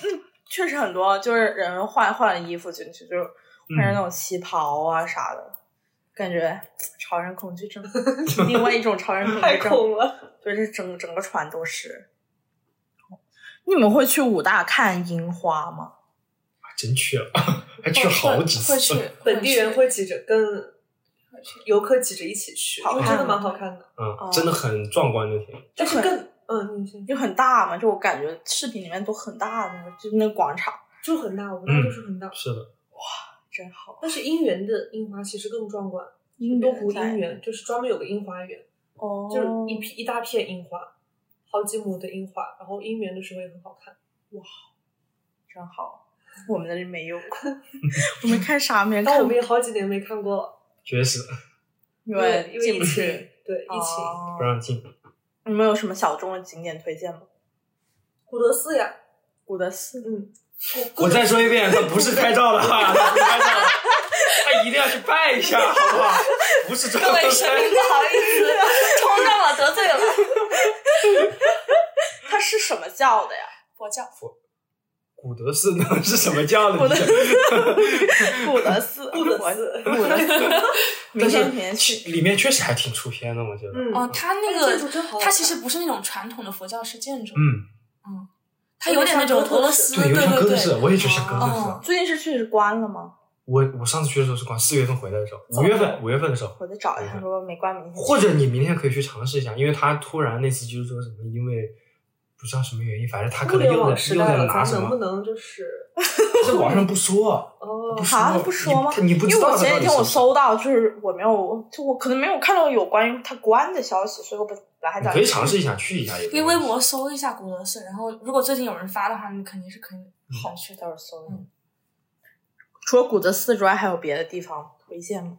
Speaker 3: 确实很
Speaker 7: 嗯
Speaker 3: 多，就是人换换了衣服进去，就是换成那种旗袍啊啥的，感觉潮人恐惧 症，另外一种潮人恐
Speaker 7: 太
Speaker 3: 惧症，
Speaker 7: 恐了。
Speaker 3: 对，这整整个船都是。你们会去武大看樱花吗？
Speaker 2: 真去了，还去了好几
Speaker 6: 哦会
Speaker 2: 次。嗯
Speaker 6: 去
Speaker 7: 本地人会挤着跟
Speaker 6: 去
Speaker 7: 游客挤着一起去，
Speaker 3: 好
Speaker 7: 因为
Speaker 3: 看
Speaker 7: 真的蛮
Speaker 3: 吗
Speaker 7: 好看的。
Speaker 2: 嗯，真的很壮观那天。
Speaker 7: 但是
Speaker 3: 很
Speaker 7: 更嗯，你先
Speaker 3: 就很大嘛，就我感觉视频里面都很大的那个，就那个广场
Speaker 7: 就很大，武大就是很大。
Speaker 2: 是的，
Speaker 3: 真好。
Speaker 7: 但是樱园的樱花其实更壮观，
Speaker 3: 印
Speaker 7: 多湖樱园就是专门有个樱花园，
Speaker 3: 哦，
Speaker 7: 就是一批一大片樱花，好几亩的樱花，然后樱园的时候也很好看。
Speaker 3: 真好。我们那里 没有，我们看啥没
Speaker 7: 但
Speaker 3: 看
Speaker 7: 我们也好几年没看过了，
Speaker 2: 确实
Speaker 3: 因
Speaker 7: 因为
Speaker 3: 为
Speaker 7: 因为疫
Speaker 3: 进不
Speaker 7: 情
Speaker 3: 去。，
Speaker 7: 对疫情，
Speaker 2: 不
Speaker 3: 哦
Speaker 2: 让进。
Speaker 3: 你们有什么小众的景点推荐吗？
Speaker 7: 古德寺呀，
Speaker 3: 古德寺
Speaker 7: 嗯，
Speaker 2: 我再说一遍，他不是拍照的啊，他不是拍照的，他一定要去拜一下，好不好？不是专
Speaker 6: 各位
Speaker 2: 门
Speaker 6: 神明
Speaker 2: 拍。
Speaker 6: 不好意 思，冲动了，得罪了
Speaker 3: 它是什么教的呀？
Speaker 6: 佛教。
Speaker 2: 古德寺那是什么教的？
Speaker 3: 古德
Speaker 2: 你
Speaker 3: 古德寺，古
Speaker 7: 德寺
Speaker 3: 古德寺。明
Speaker 2: 但是
Speaker 3: 天明天去。
Speaker 2: 里面确实还挺出片的，我觉得。
Speaker 7: 嗯
Speaker 6: 哦，它那
Speaker 7: 建筑
Speaker 6: 个
Speaker 7: 真好看
Speaker 6: 它其实不是那种传统的佛教式建筑，
Speaker 2: 嗯，
Speaker 6: 它有点那种
Speaker 7: 有点像
Speaker 6: 俄罗斯，
Speaker 2: 对，有点像哥
Speaker 6: 对
Speaker 2: 德式，
Speaker 6: 对。
Speaker 2: 我也觉得像哥德
Speaker 6: 哦
Speaker 2: 式。
Speaker 3: 最近是去关了吗？
Speaker 2: 我我上次去的时候是光四月份回来的时候，
Speaker 3: 走
Speaker 2: 五月份五月份的时候，
Speaker 3: 我再找一下，如果没关明天去。
Speaker 2: 或者你明天可以去尝试一下，因为他突然那次就是说什么，因为不知道什么原因，反正他可
Speaker 7: 互
Speaker 2: 能
Speaker 7: 联
Speaker 2: 又
Speaker 7: 网
Speaker 2: 在
Speaker 7: 时
Speaker 2: 又
Speaker 7: 代
Speaker 2: 在
Speaker 7: 了，
Speaker 2: 拿
Speaker 7: 咱
Speaker 2: 什
Speaker 7: 能不
Speaker 2: 么，
Speaker 7: 能就是
Speaker 2: 他在网上不说，
Speaker 7: 哦
Speaker 2: 不，
Speaker 3: 啊，不说吗？
Speaker 2: 你你不知道
Speaker 3: 因为我前
Speaker 2: 他到
Speaker 3: 几
Speaker 2: 底
Speaker 3: 天我
Speaker 2: 是
Speaker 3: 搜到，就是我没有，就我可能没有看到有关于它关的消息，所以我本来还
Speaker 2: 你
Speaker 3: 想
Speaker 2: 可以尝试一下去一下也没
Speaker 6: 因为
Speaker 2: 关
Speaker 6: 微
Speaker 2: 系。
Speaker 6: 博搜一下古德寺，然后如果最近有人发的话，你肯定是可以
Speaker 7: 嗯
Speaker 6: 好去
Speaker 3: 去
Speaker 6: 的。
Speaker 3: 到时候搜一下
Speaker 6: 嗯。
Speaker 3: 除了古德寺之外，还有别的地方推荐吗？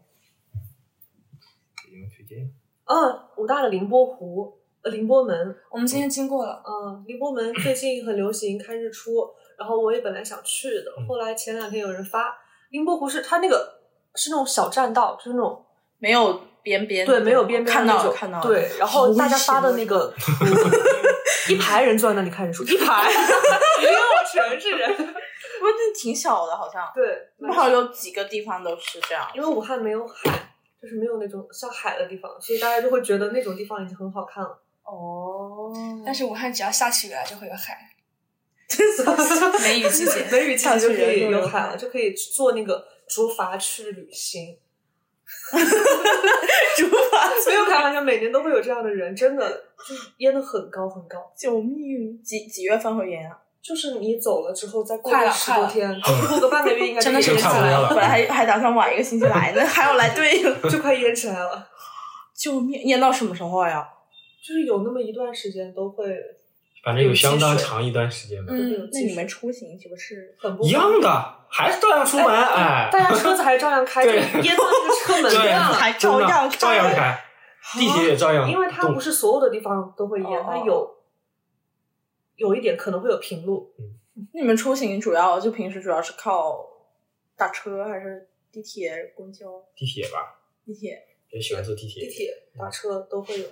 Speaker 2: 有没有推荐
Speaker 7: 嗯，武大的凌波湖，呃，凌波门，
Speaker 6: 我们今天经过了，
Speaker 7: 嗯，凌 波门最近很流行看日出，然后我也本来想去的
Speaker 2: 嗯，
Speaker 7: 后来前两天有人发，凌波湖是它那个是那种小栈道，就是那种
Speaker 3: 没有边边，
Speaker 7: 对没有边边
Speaker 3: 看
Speaker 7: 的
Speaker 3: 到
Speaker 7: 那
Speaker 3: 了
Speaker 7: 种，
Speaker 3: 看到了。
Speaker 7: 对，然
Speaker 3: 好
Speaker 7: 后
Speaker 3: 危
Speaker 7: 大家
Speaker 3: 险
Speaker 7: 发的
Speaker 3: 啊
Speaker 7: 那个图， 一排人坐在那里看日出，一排， 因为我全是人，
Speaker 3: 不过那挺小的，好像
Speaker 7: 对，
Speaker 3: 不好有几个地方都是这样。
Speaker 7: 因为武汉没有海，就是没有那种像海的地方，所以大家就会觉得那种地方已经很好看了。
Speaker 3: 哦，
Speaker 6: 但是武汉只要下起雨来就会有海，
Speaker 3: 梅雨季节
Speaker 7: 梅雨季节就可以有海
Speaker 3: 海
Speaker 7: 了，就可以去做那个竹筏去旅 行。
Speaker 3: 竹筏，
Speaker 7: 没有开玩笑，每年都会有这样的人，真的就是淹的很高很高。
Speaker 3: 救命！几几月份会淹啊？
Speaker 7: 就是你走了之后，再过
Speaker 6: 快了
Speaker 7: 十多天，过个半个月应该
Speaker 6: 真的是
Speaker 7: 就
Speaker 2: 差不
Speaker 7: 淹
Speaker 2: 多
Speaker 7: 起来
Speaker 2: 了
Speaker 7: 了，
Speaker 3: 本来还还打算晚一个星期来呢，还有来 对了。
Speaker 7: 就快淹起来了。
Speaker 3: 救命！淹到什么时候呀？
Speaker 7: 就是有那么一段时间都会
Speaker 2: 反正有相当长一段时间吧。
Speaker 7: 都会有
Speaker 6: 嗯
Speaker 3: 那
Speaker 7: 积
Speaker 3: 你
Speaker 7: 水
Speaker 3: 们出行岂不是？
Speaker 7: 很不
Speaker 2: 一样的，还是照样出门，哎，
Speaker 7: 大 家车子还照样开，就
Speaker 2: 对
Speaker 7: 淹到那个车门
Speaker 2: 对，
Speaker 7: 上了。
Speaker 3: 还照样
Speaker 2: 真的照样开，地铁也照样动，
Speaker 7: 啊因为它不是所有的地方都会淹
Speaker 3: 哦，
Speaker 7: 它有有一点可能会有平路，
Speaker 3: 你们出行主要就平时主要是靠打车还是地铁、公交、
Speaker 2: 地铁吧，
Speaker 3: 地铁
Speaker 2: 也喜欢坐地铁。
Speaker 7: 地铁、打车都会有。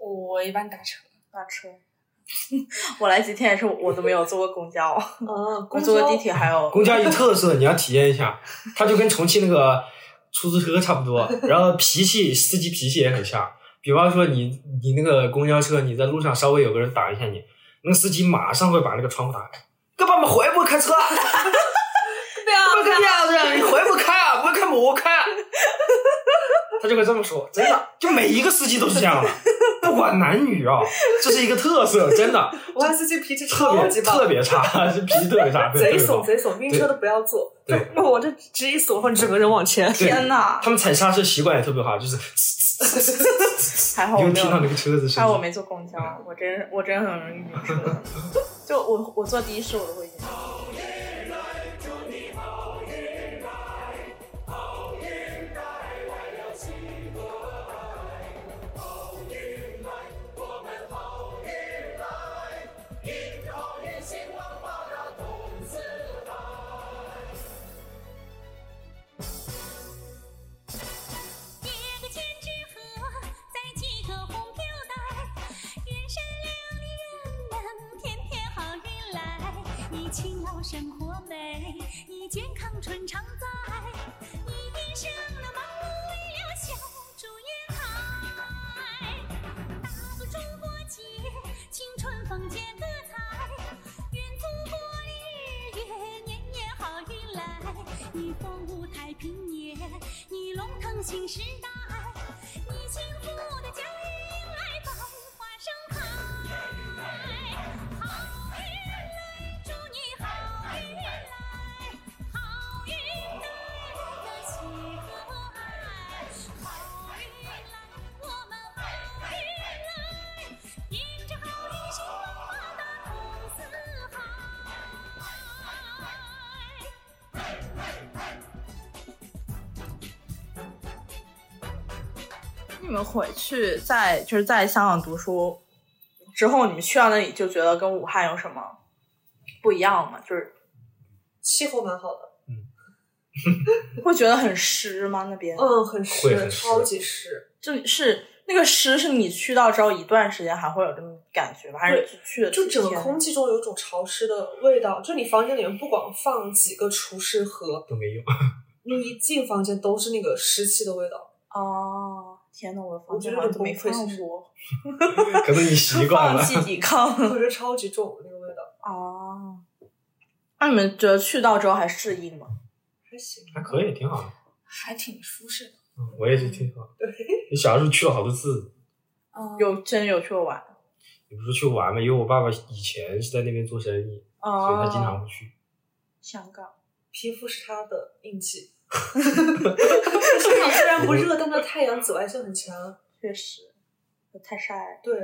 Speaker 6: 我一般打车。
Speaker 3: 打车？ 我来几天也是，我都没有坐过公交，
Speaker 2: 嗯
Speaker 7: 啊，
Speaker 3: 我
Speaker 7: 公
Speaker 3: 坐
Speaker 7: 交
Speaker 3: 过地铁，还有
Speaker 2: 公交一特色，你要体验一 下，它就跟重庆那个出租车差不多，然后脾气司机脾气也很像。比方说你你那个公交车，你在路上稍微有个人挡一下你，那个司机马上会把那个窗户打开。哥们，回不开车，
Speaker 7: 对啊，
Speaker 2: 不开车，你回不开啊，不开我开。他就会这么说，真的，就每一个司机都是这样的，不管男女啊，这是一个特色，真 的，
Speaker 7: 武汉司机脾气
Speaker 2: 特
Speaker 7: 超
Speaker 2: 别
Speaker 7: 级棒，
Speaker 2: 特别差，是脾气特别差，对特
Speaker 7: 贼
Speaker 2: 别
Speaker 7: 怂
Speaker 2: 棒
Speaker 7: 贼怂，晕车的不要坐。
Speaker 2: 对
Speaker 7: 就 我这直一怂，然后你整个人往前。
Speaker 2: 对
Speaker 3: 天哪！
Speaker 2: 他们踩刹车习惯也特别好，就是
Speaker 3: 还好
Speaker 2: 你
Speaker 3: 哦我
Speaker 2: 会
Speaker 3: 没
Speaker 2: 听到那
Speaker 3: 有
Speaker 2: 个，车子声
Speaker 3: 还好我
Speaker 2: 音。
Speaker 3: 没坐公交，
Speaker 2: 嗯
Speaker 3: 我真我真很容易晕车。就我我坐的士我都会晕。
Speaker 8: 一个千纸鹤，载几个红飘带，人善良的人们天天好运来。你勤劳生活美，你健康春常在，你一生的忙碌里你风舞太平年，你龙腾新时代，你幸福的家迎来百花盛开。好运来，祝你好运来，好运带着喜和爱，好运来，我们好运来，迎着好运兴旺发达通四海。
Speaker 3: 你们回去在就是在香港读书之后，你们去到那里就觉得跟武汉有什么不一样吗？就是
Speaker 7: 气候蛮好的，
Speaker 3: 会觉得很湿吗？那边
Speaker 7: 嗯，很
Speaker 2: 会
Speaker 7: 湿，
Speaker 2: 很湿
Speaker 7: 超级湿。
Speaker 3: 就是那个湿是你去到之后一段时间还会有这种感觉吗？还是
Speaker 7: 对
Speaker 3: 去去了
Speaker 7: 就
Speaker 3: 几
Speaker 7: 整个
Speaker 3: 天
Speaker 7: 空气中有一种潮湿的味道，就你房间里面不管放几个除湿盒，
Speaker 2: 都没用。
Speaker 7: 你一进房间都是那个湿气的味道。
Speaker 3: 哦，天呐，我的房
Speaker 7: 我觉
Speaker 3: 间
Speaker 7: 得
Speaker 3: 好像
Speaker 7: 这
Speaker 3: 都没
Speaker 7: 崩溃
Speaker 3: 放
Speaker 7: 是
Speaker 3: 过，
Speaker 2: 可能你习惯 了
Speaker 3: 放。 弃抵抗。
Speaker 7: 我 觉得超级重那个味道，
Speaker 3: 哦，那你们觉得去到之后还适应吗？
Speaker 7: 还行。
Speaker 2: 还啊可以，挺好的。
Speaker 6: 还挺舒适的。
Speaker 2: 嗯我也是挺好。
Speaker 7: 对，
Speaker 2: 你小时候去了好多次，
Speaker 6: 嗯，
Speaker 3: 有真有去过玩？
Speaker 2: 也不是去玩嘛，因为我爸爸以前是在那边做生意，所以他经常
Speaker 3: 哦，
Speaker 2: 会去。
Speaker 3: 香港。
Speaker 7: 皮肤是它的 硬气。香港虽然不热，但它太阳紫外线很强。
Speaker 3: 确实，太晒了，
Speaker 7: 对，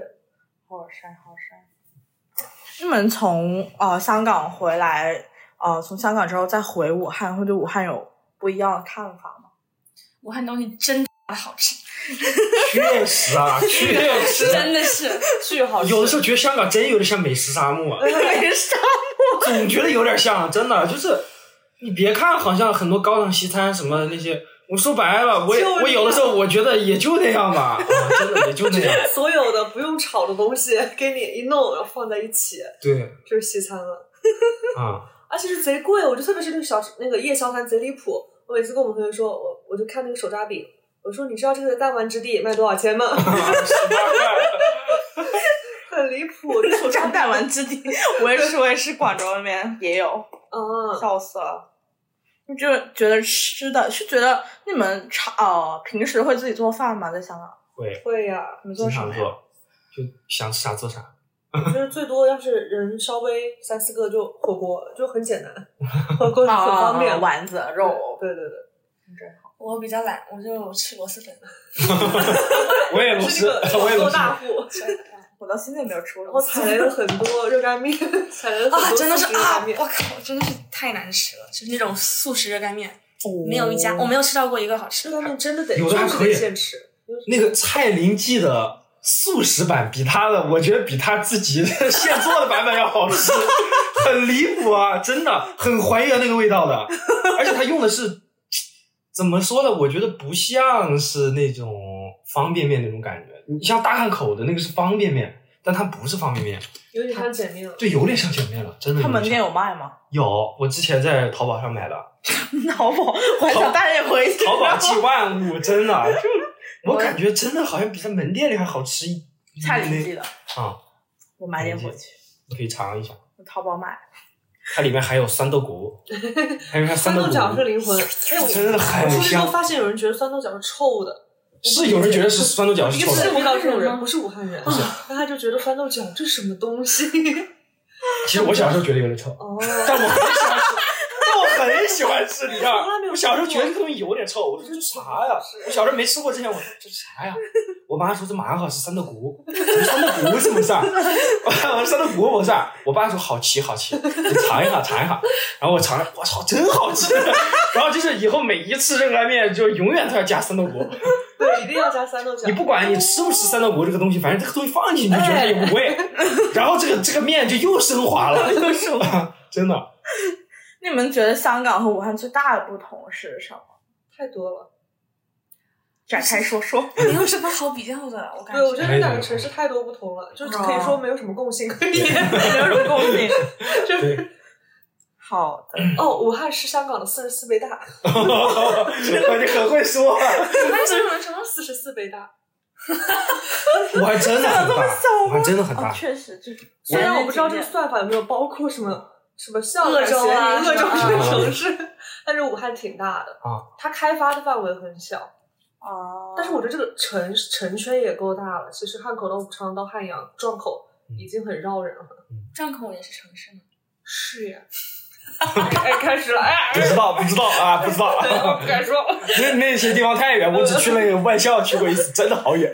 Speaker 3: 好晒，好晒。你们从呃香港回来，呃，从香港之后再回武汉，会对武汉有不一样的看法 吗？
Speaker 6: 武汉东西真的好吃，
Speaker 2: 确实 啊，确实。
Speaker 6: 真的是。
Speaker 3: 巨好
Speaker 2: 有的时候觉得香港真有点像美食沙漠啊，
Speaker 3: 没事，
Speaker 2: 总觉得有点像，真的就是，你别看好像很多高档西餐什么的那些，我说白了，我也
Speaker 7: 就那样
Speaker 2: 我有的时候我觉得也就那样吧，啊真的也就那样。
Speaker 7: 所有的不用炒的东西给你一弄，然后放在一起，
Speaker 2: 对
Speaker 7: 就是西餐了。
Speaker 2: 啊，
Speaker 7: 而且是贼贵，我就特别是那个小那个夜宵摊贼离谱。我每次跟我们同学说，我我就看那个手抓饼，我说你知道这个在弹丸之地卖多少钱吗？
Speaker 2: 十八块，
Speaker 7: 很离谱，这手
Speaker 3: 炸
Speaker 7: 抓饼
Speaker 3: 弹丸之地，我也是，我也是，广州那边也有，
Speaker 7: 啊，
Speaker 3: 笑死了。你就觉得吃的是觉得你们常哦，平时会自己做饭吗？在香港，
Speaker 2: 会
Speaker 7: 会呀、
Speaker 3: 你们做
Speaker 2: 经
Speaker 3: 什
Speaker 2: 常
Speaker 3: 么呀？
Speaker 2: 做，就想吃啥做啥。
Speaker 7: 我觉得最多要是人稍微三四个就火锅，就很简单，火锅很方便。
Speaker 3: 丸子、肉，
Speaker 7: 对对对，
Speaker 6: 我比较懒，我就吃 螺蛳粉。
Speaker 2: 我也不
Speaker 7: 是
Speaker 2: 吃，
Speaker 7: 那个
Speaker 2: 我也不
Speaker 7: 多
Speaker 2: 吃。
Speaker 7: 大户，
Speaker 3: 我到现在没有吃过。
Speaker 7: 然后踩雷了很多热干 面，踩雷了很多
Speaker 6: 啊，真的是
Speaker 7: 速食热
Speaker 6: 啊！
Speaker 7: 干面
Speaker 6: 我靠，真的是太难吃了，就是那种速食热干面，
Speaker 3: 哦
Speaker 6: 没有一家我没有吃到过一个好吃
Speaker 7: 热
Speaker 6: 的
Speaker 7: 干。面真的得
Speaker 2: 有的还
Speaker 7: 就是
Speaker 2: 可以
Speaker 7: 得现吃，
Speaker 2: 那个蔡林记的素食版比他的，我觉得比他自己现做的版本要好吃，很离谱啊！真的很还原那个味道的，而且他用的是怎么说呢？我觉得不像是那种方便面那种感觉。你像大汉口的那个是方便面，但它不是方便面，
Speaker 7: 有点像碱面 了。
Speaker 2: 对，有点像卷面了，真的有
Speaker 3: 他
Speaker 2: 点像。
Speaker 3: 门店有卖吗？
Speaker 2: 有，我之前在淘宝上买的，
Speaker 3: 淘宝，我还想带你回去。
Speaker 2: 淘宝
Speaker 3: 然
Speaker 2: 寄
Speaker 3: 后
Speaker 2: 万物，真的就我感觉真的好像比他门店里还好吃一。
Speaker 3: 菜里寄的，
Speaker 2: 啊、
Speaker 3: 我买点回去。
Speaker 2: 你可以尝一下，
Speaker 3: 我淘宝买，
Speaker 2: 它里面还有酸豆 骨，还有它
Speaker 7: 酸
Speaker 2: 豆
Speaker 7: 豆
Speaker 2: 骨
Speaker 7: 角是灵 魂，哎，我
Speaker 2: 真的很
Speaker 7: 我出去之
Speaker 2: 香
Speaker 7: 后发现有人觉得酸豆角是臭的，
Speaker 2: 是有人觉得是酸豆角是
Speaker 7: 一
Speaker 2: 臭
Speaker 7: 个是
Speaker 2: 的，嗯
Speaker 7: 遇到这种人，不是武汉人，但他就觉得酸豆角这什么 东西？
Speaker 2: 其实我小时候觉得有点臭，
Speaker 7: 哦，
Speaker 2: 但我很喜欢吃，但我很喜欢吃，你知道吗
Speaker 7: 从来没？
Speaker 2: 我
Speaker 7: 有吃过
Speaker 2: 小时候觉得这东西有点臭，我说这啥呀？我小时候没吃过之前，我说这啥呀？我妈说这蛮好吃，酸豆骨，我说酸豆骨怎么上？啊我说酸豆骨我上，啊我爸说好奇好奇，你尝一下尝一下，然后我尝了，我操，真好吃！ 然后就是以后每一次热干面就永远都要加酸豆骨。
Speaker 7: 对，一定要加酸豆角。
Speaker 2: 你不管你吃不吃三道骨这个东西，反正这个东西放进去你就觉得有味，
Speaker 7: 哎
Speaker 2: 然后这个这个面就又升华了，又升华，真的。
Speaker 3: 你们觉得香港和武汉最大的不同是什么？
Speaker 7: 太多了。
Speaker 3: 展开说说。
Speaker 6: 没有什么好比较的，我感
Speaker 7: 对，我
Speaker 6: 觉。
Speaker 7: 觉得这两个城市太多不同了，
Speaker 2: 哦
Speaker 7: 就是可以说没有什么共性可以。
Speaker 3: 没有什么共 性。
Speaker 2: 对，
Speaker 3: 好的，
Speaker 7: 哦，武汉是香港的四十四倍大，
Speaker 2: 你很会说，
Speaker 7: 武汉什么什么四十四倍大？
Speaker 2: 我还真的很大，我还真的很
Speaker 3: 哦，
Speaker 2: 大。
Speaker 3: 确实就是。
Speaker 7: 虽然我不知道这
Speaker 3: 这
Speaker 7: 个算法有没有包括什么什么像
Speaker 6: 鄂州啊
Speaker 7: 鄂州
Speaker 6: 什
Speaker 7: 这
Speaker 6: 么
Speaker 7: 个
Speaker 2: 啊
Speaker 7: 城市，它 但是武汉挺大的
Speaker 2: 啊，
Speaker 7: 它开发的范围很小，
Speaker 3: 哦
Speaker 7: 但是我觉得这个城城圈也够大了。其实汉口到武昌到汉阳壮口
Speaker 2: 嗯
Speaker 7: 已经很绕人了。
Speaker 6: 篆口也是城市吗？
Speaker 7: 是呀，哎，开始了，哎，
Speaker 2: 不知道，不知道啊，不知道。
Speaker 7: 对，我不敢说。
Speaker 2: 那那些地方太远，我只去那个外校去过一次，真的好远。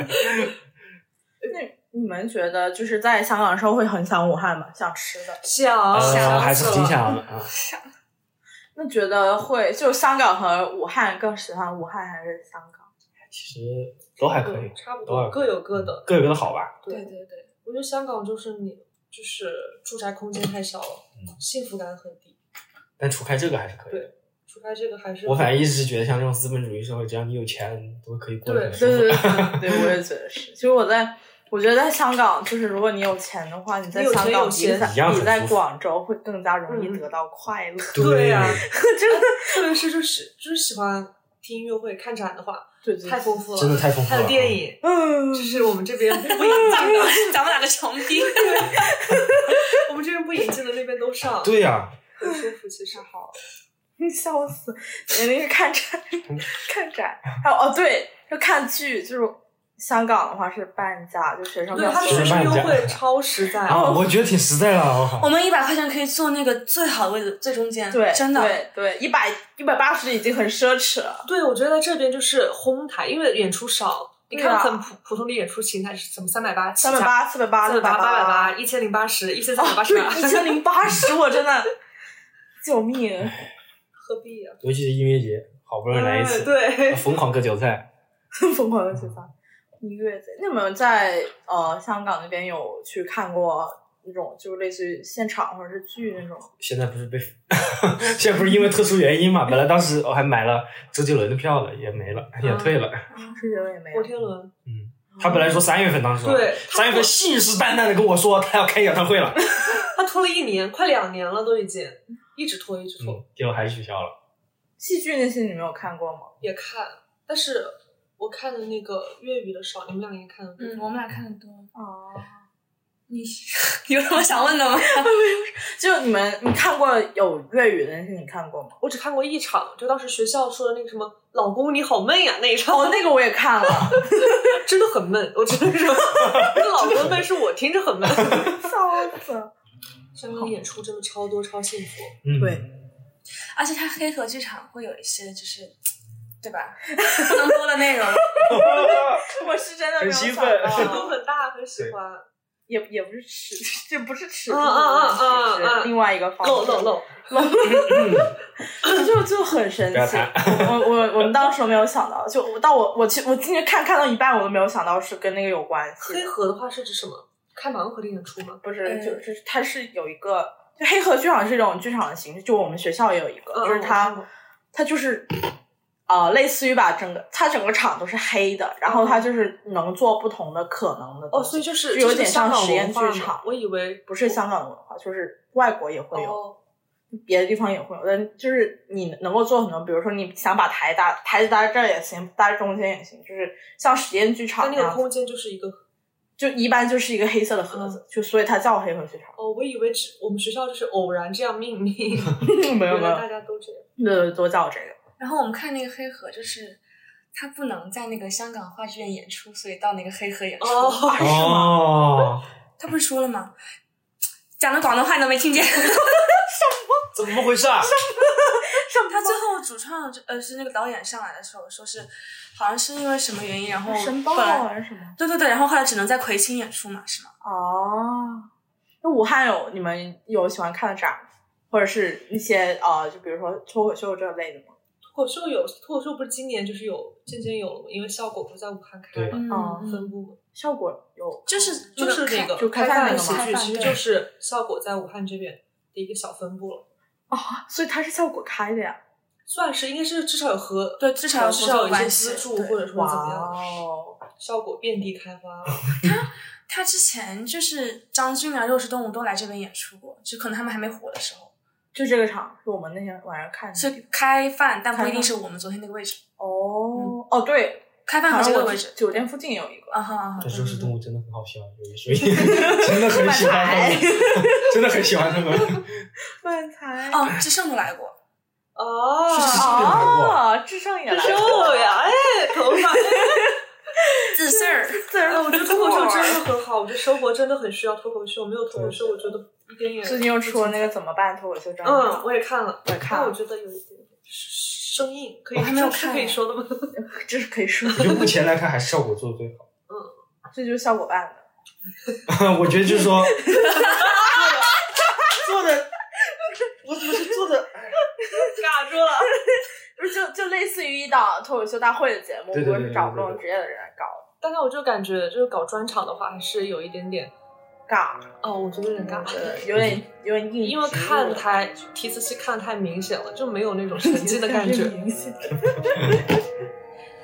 Speaker 3: 你们觉得就是在香港的时候会很想武汉吗？想吃的？
Speaker 7: 想想
Speaker 2: 呃还是
Speaker 7: 死
Speaker 2: 挺
Speaker 7: 了
Speaker 2: 想的啊。
Speaker 3: 那觉得会就香港和武汉更喜欢武汉还是香港？
Speaker 2: 其实都还可以嗯
Speaker 7: 嗯，差不
Speaker 2: 都还
Speaker 7: 多，各有各的。
Speaker 2: 各有各的好吧。
Speaker 7: 对
Speaker 6: 对对，
Speaker 7: 我觉得香港就是你就是住宅空间太小了，
Speaker 2: 嗯
Speaker 7: 幸福感很低。
Speaker 2: 但除开这个还是可以
Speaker 7: 对。除开这个还是
Speaker 2: 我反正一直是觉得像这种资本主义社会，只要你有钱，都可以过得很 舒
Speaker 3: 对
Speaker 2: 服。
Speaker 3: 对对 对，我也觉得是。其实我在，我觉得在香港，就是如果你有钱的话，你在
Speaker 7: 你有
Speaker 3: 香
Speaker 7: 钱
Speaker 3: 港
Speaker 7: 有
Speaker 3: 比
Speaker 7: 闲
Speaker 3: 在
Speaker 2: 一样
Speaker 3: 比
Speaker 2: 很
Speaker 3: 在
Speaker 2: 舒服
Speaker 3: 广州会更加容易
Speaker 7: 嗯
Speaker 3: 得到快乐。
Speaker 7: 对呀
Speaker 3: 真的，
Speaker 7: 特别是就是就是喜欢听音乐会、看展的话，
Speaker 3: 对对，
Speaker 7: 太丰富了，
Speaker 2: 真的太丰富了
Speaker 7: 还有电影，
Speaker 3: 嗯
Speaker 7: 就，是我们这边不引进 的，
Speaker 6: 咱们俩的重拼。
Speaker 7: 我们这边不引进的那边都上，
Speaker 2: 对呀，
Speaker 7: 很舒服，其实好。
Speaker 3: 笑死！你那个 看展，看展，还有哦，对，就看剧，就是香港的话是半价，就学生
Speaker 7: 对，
Speaker 3: 票
Speaker 7: 他们学
Speaker 2: 是
Speaker 7: 生
Speaker 2: 半
Speaker 7: 优
Speaker 2: 价
Speaker 7: 惠超实在，
Speaker 2: 啊，我觉得挺实在的啊。我靠
Speaker 6: 我们一百块钱可以坐那个最好的位置，最中间。
Speaker 3: 对，
Speaker 6: 真的。
Speaker 3: 对对，一百一百八十已经很奢侈了。
Speaker 7: 对，我觉得在这边就是哄抬，因为演出少。你
Speaker 3: 对
Speaker 7: 看
Speaker 3: 啊
Speaker 7: 很普普通的演出形态是怎么三百八、
Speaker 3: 三百八、四百八、
Speaker 7: 三百八、八百八、
Speaker 3: 八
Speaker 7: 一千零八十、一千三百八
Speaker 3: 哦，
Speaker 7: 十
Speaker 3: 对
Speaker 7: 八，，
Speaker 3: 一千零八十，我真的，救命！
Speaker 7: 何必呀？
Speaker 2: 尤其是音乐节，好不容易来一次，啊
Speaker 7: 哎对，
Speaker 2: 疯狂割韭菜。
Speaker 3: 疯狂的去发音乐节。那你们在呃香港那边有去看过那种就类似于现场或者是剧那种？
Speaker 2: 现在不是被， 现在不是因为特殊原因嘛？
Speaker 7: 嗯
Speaker 2: 本来当时我还买了周杰伦的票了，也没了，也退了。
Speaker 3: 是人也没有
Speaker 7: 摩。天轮，
Speaker 2: 他本来说三月份，当时啊
Speaker 7: 对嗯
Speaker 2: 三月份信誓旦旦的跟我说他要开演唱会了，
Speaker 7: 他拖了一年，快两年了，都已经一直拖，一直拖。
Speaker 2: 嗯，结果还是取消了。
Speaker 3: 戏剧那些你们有看过吗？
Speaker 7: 也看，但是我看的那个粤语的少，你们俩应该看的多。
Speaker 6: 嗯，我们俩看的多。
Speaker 3: 哦，
Speaker 6: 你 有什么想问的吗？
Speaker 3: 就你们你看过有粤语的那些你看过吗？
Speaker 7: 我只看过一场，就当时学校说的那个什么“老公你好闷呀”那一场，
Speaker 3: 哦，那个我也看了，
Speaker 7: 真的很闷。我真的是，那个“老公闷”是我听着很闷。
Speaker 3: 笑死！
Speaker 7: 香港演出真的超多，超幸福。
Speaker 2: 嗯，
Speaker 3: 对，
Speaker 6: 而且它黑盒剧场会有一些就是，对吧？ 不能多的内容。
Speaker 3: 我是真的没有
Speaker 2: 很兴
Speaker 3: 想
Speaker 2: 奋
Speaker 7: 尺度
Speaker 3: 到，
Speaker 7: 很大，很喜欢。
Speaker 3: 也也不是尺，这不是尺度
Speaker 7: 嗯
Speaker 3: 的
Speaker 7: 嗯
Speaker 3: 问
Speaker 7: 嗯
Speaker 3: 题，
Speaker 7: 嗯
Speaker 3: 是
Speaker 7: 嗯
Speaker 3: 另外一个方
Speaker 7: 漏
Speaker 3: 式。
Speaker 7: 漏漏，
Speaker 3: 就就很神
Speaker 2: 不要
Speaker 3: 奇
Speaker 2: 谈，
Speaker 3: 我我我们当时没有想到，就我到我我去我进去看看到一半，我都没有想到是跟那个有关系的
Speaker 7: 黑盒的话是指什么？开盲盒的演出吗？
Speaker 3: 不
Speaker 6: 嗯
Speaker 3: 是就是它是有一个，就黑河剧场是一种剧场的形式，就我们学校也有一个，
Speaker 7: 嗯
Speaker 3: 就是
Speaker 7: 嗯我看
Speaker 3: 它
Speaker 7: 过
Speaker 3: 它就是呃类似于把整个它整个场都是黑的，然后它就是能做不同的可能的
Speaker 7: 嗯哦，
Speaker 3: 东西
Speaker 7: 所以就是
Speaker 3: 就有
Speaker 7: 这
Speaker 3: 点
Speaker 7: 是香
Speaker 3: 像
Speaker 7: 港
Speaker 3: 实验
Speaker 7: 文化
Speaker 3: 剧
Speaker 7: 嘛
Speaker 3: 场
Speaker 7: 我以为
Speaker 3: 不是香港的文化，就是外国也会有。
Speaker 7: 哦，
Speaker 3: 别的地方也会有，但就是你能够做很多，比如说你想把台搭台子搭在这儿也行，搭在中间也行，就是像实验剧
Speaker 7: 它
Speaker 3: 场那
Speaker 7: 那个
Speaker 3: 样子，
Speaker 7: 空间就是一个
Speaker 3: 就一般就是一个黑色的盒
Speaker 7: 嗯
Speaker 3: 子，就所以它叫黑盒 剧场。
Speaker 7: 哦，我以为只我们学校就是偶然这样 命名，
Speaker 3: 没有
Speaker 7: 原
Speaker 3: 没
Speaker 7: 来
Speaker 3: 有
Speaker 7: 大，家都这样。
Speaker 3: 对对，都叫这个。
Speaker 6: 然后我们看那个黑盒，就是它不能在那个香港话剧院演出，所以到那个黑盒演出。
Speaker 7: 哦
Speaker 3: 是吗？
Speaker 2: 哦，
Speaker 6: 他不是说了吗？讲的广东话你都没听 见。
Speaker 2: 怎么回事啊？
Speaker 6: 他最 后主创就呃是那个导演上来的时候说是，好像是因为什么原因，然后
Speaker 3: 申报
Speaker 6: 本来
Speaker 3: 还是什么？
Speaker 6: 对对对，然后后来只能在葵青演出嘛，是吗？
Speaker 3: 哦，那武汉有你们有喜欢看的展吗，或者是一些呃，就比如说脱口秀这类的吗？
Speaker 7: 脱口秀有脱口秀不是今年就是有渐渐有了吗？因为效果不是在武汉开
Speaker 2: 对
Speaker 7: 嘛，
Speaker 3: 哦
Speaker 6: 嗯，
Speaker 7: 分部嘛
Speaker 3: 效果有
Speaker 6: 哦就是
Speaker 7: 就是
Speaker 6: 那
Speaker 7: 那个
Speaker 3: 就开
Speaker 7: 开
Speaker 3: 饭那
Speaker 7: 饭喜
Speaker 3: 个嘛
Speaker 7: 剧，
Speaker 6: 开饭
Speaker 7: 其实
Speaker 6: 对
Speaker 7: 就是效果在武汉这边的一个小分部了，
Speaker 3: 啊，所以它是效果开的呀。
Speaker 7: 算是应该是至少有和
Speaker 6: 对至少有
Speaker 7: 至少有一些
Speaker 6: 关系
Speaker 7: 资助
Speaker 6: 对
Speaker 7: 或者说
Speaker 3: 哇
Speaker 7: 怎么样，
Speaker 3: 哦，
Speaker 7: 效果遍地开 花。
Speaker 6: 他之前就是张军啊、肉食动物都来这边演出过，就可能他们还没火的时候，
Speaker 3: 就这个场是我们那天晚上看的。
Speaker 6: 是开饭，但不
Speaker 3: 开
Speaker 6: 一
Speaker 3: 饭
Speaker 6: 定是我们昨天那个位置，
Speaker 3: 哦哦，对，
Speaker 6: 开饭
Speaker 3: 好
Speaker 6: 和这
Speaker 3: 像
Speaker 6: 个
Speaker 3: 我
Speaker 6: 位置。
Speaker 3: 酒店附近有一 个。
Speaker 6: 啊哈啊哈
Speaker 2: 但，肉食动物真的很好笑，有一说 一，真的很喜欢他
Speaker 3: 买
Speaker 2: 们，真的很喜欢他们。
Speaker 3: 万财
Speaker 6: 哦，这圣都来过，
Speaker 7: 啊，
Speaker 2: 是智商也来过，
Speaker 3: 啊，智胜也来
Speaker 7: 是我呀，哎，头发，
Speaker 6: 自事儿。
Speaker 3: 自然
Speaker 7: 哎，我觉得脱口
Speaker 3: 过
Speaker 7: 秀
Speaker 6: 啊
Speaker 7: 真的很好，我觉得生活真的很需要脱口秀，没有脱口秀，我觉得一点也。
Speaker 3: 最近又出了那个怎么办脱口秀专
Speaker 7: 嗯，
Speaker 3: 场，
Speaker 7: 我也看了，
Speaker 3: 我也看了
Speaker 7: 但我觉得有一点生硬，可以
Speaker 6: 我还没有
Speaker 7: 这是
Speaker 6: 看
Speaker 7: 可以
Speaker 6: 呢
Speaker 7: 说的吗？
Speaker 3: 这是可以说，
Speaker 2: 我觉得目前来看还是效果做的最好。
Speaker 3: 这就是效果办的。
Speaker 2: 我觉得就是说，
Speaker 3: 做的，我怎么是做的？
Speaker 7: 尬住了，
Speaker 3: 不是 就就类似于一档脱口秀大会的节目，
Speaker 2: 对对对
Speaker 3: 不过是找不
Speaker 2: 对对
Speaker 3: 同
Speaker 2: 对
Speaker 3: 职业的人来搞的
Speaker 7: 但是我就感觉就是搞专场的话，还是有一点点，
Speaker 3: 尬，
Speaker 7: 哦，我觉得有点
Speaker 6: 嗯
Speaker 7: 尬。
Speaker 3: 对，有点有点硬，
Speaker 7: 因为看台提词器看得太明显了，就没有那 种沉浸的感觉。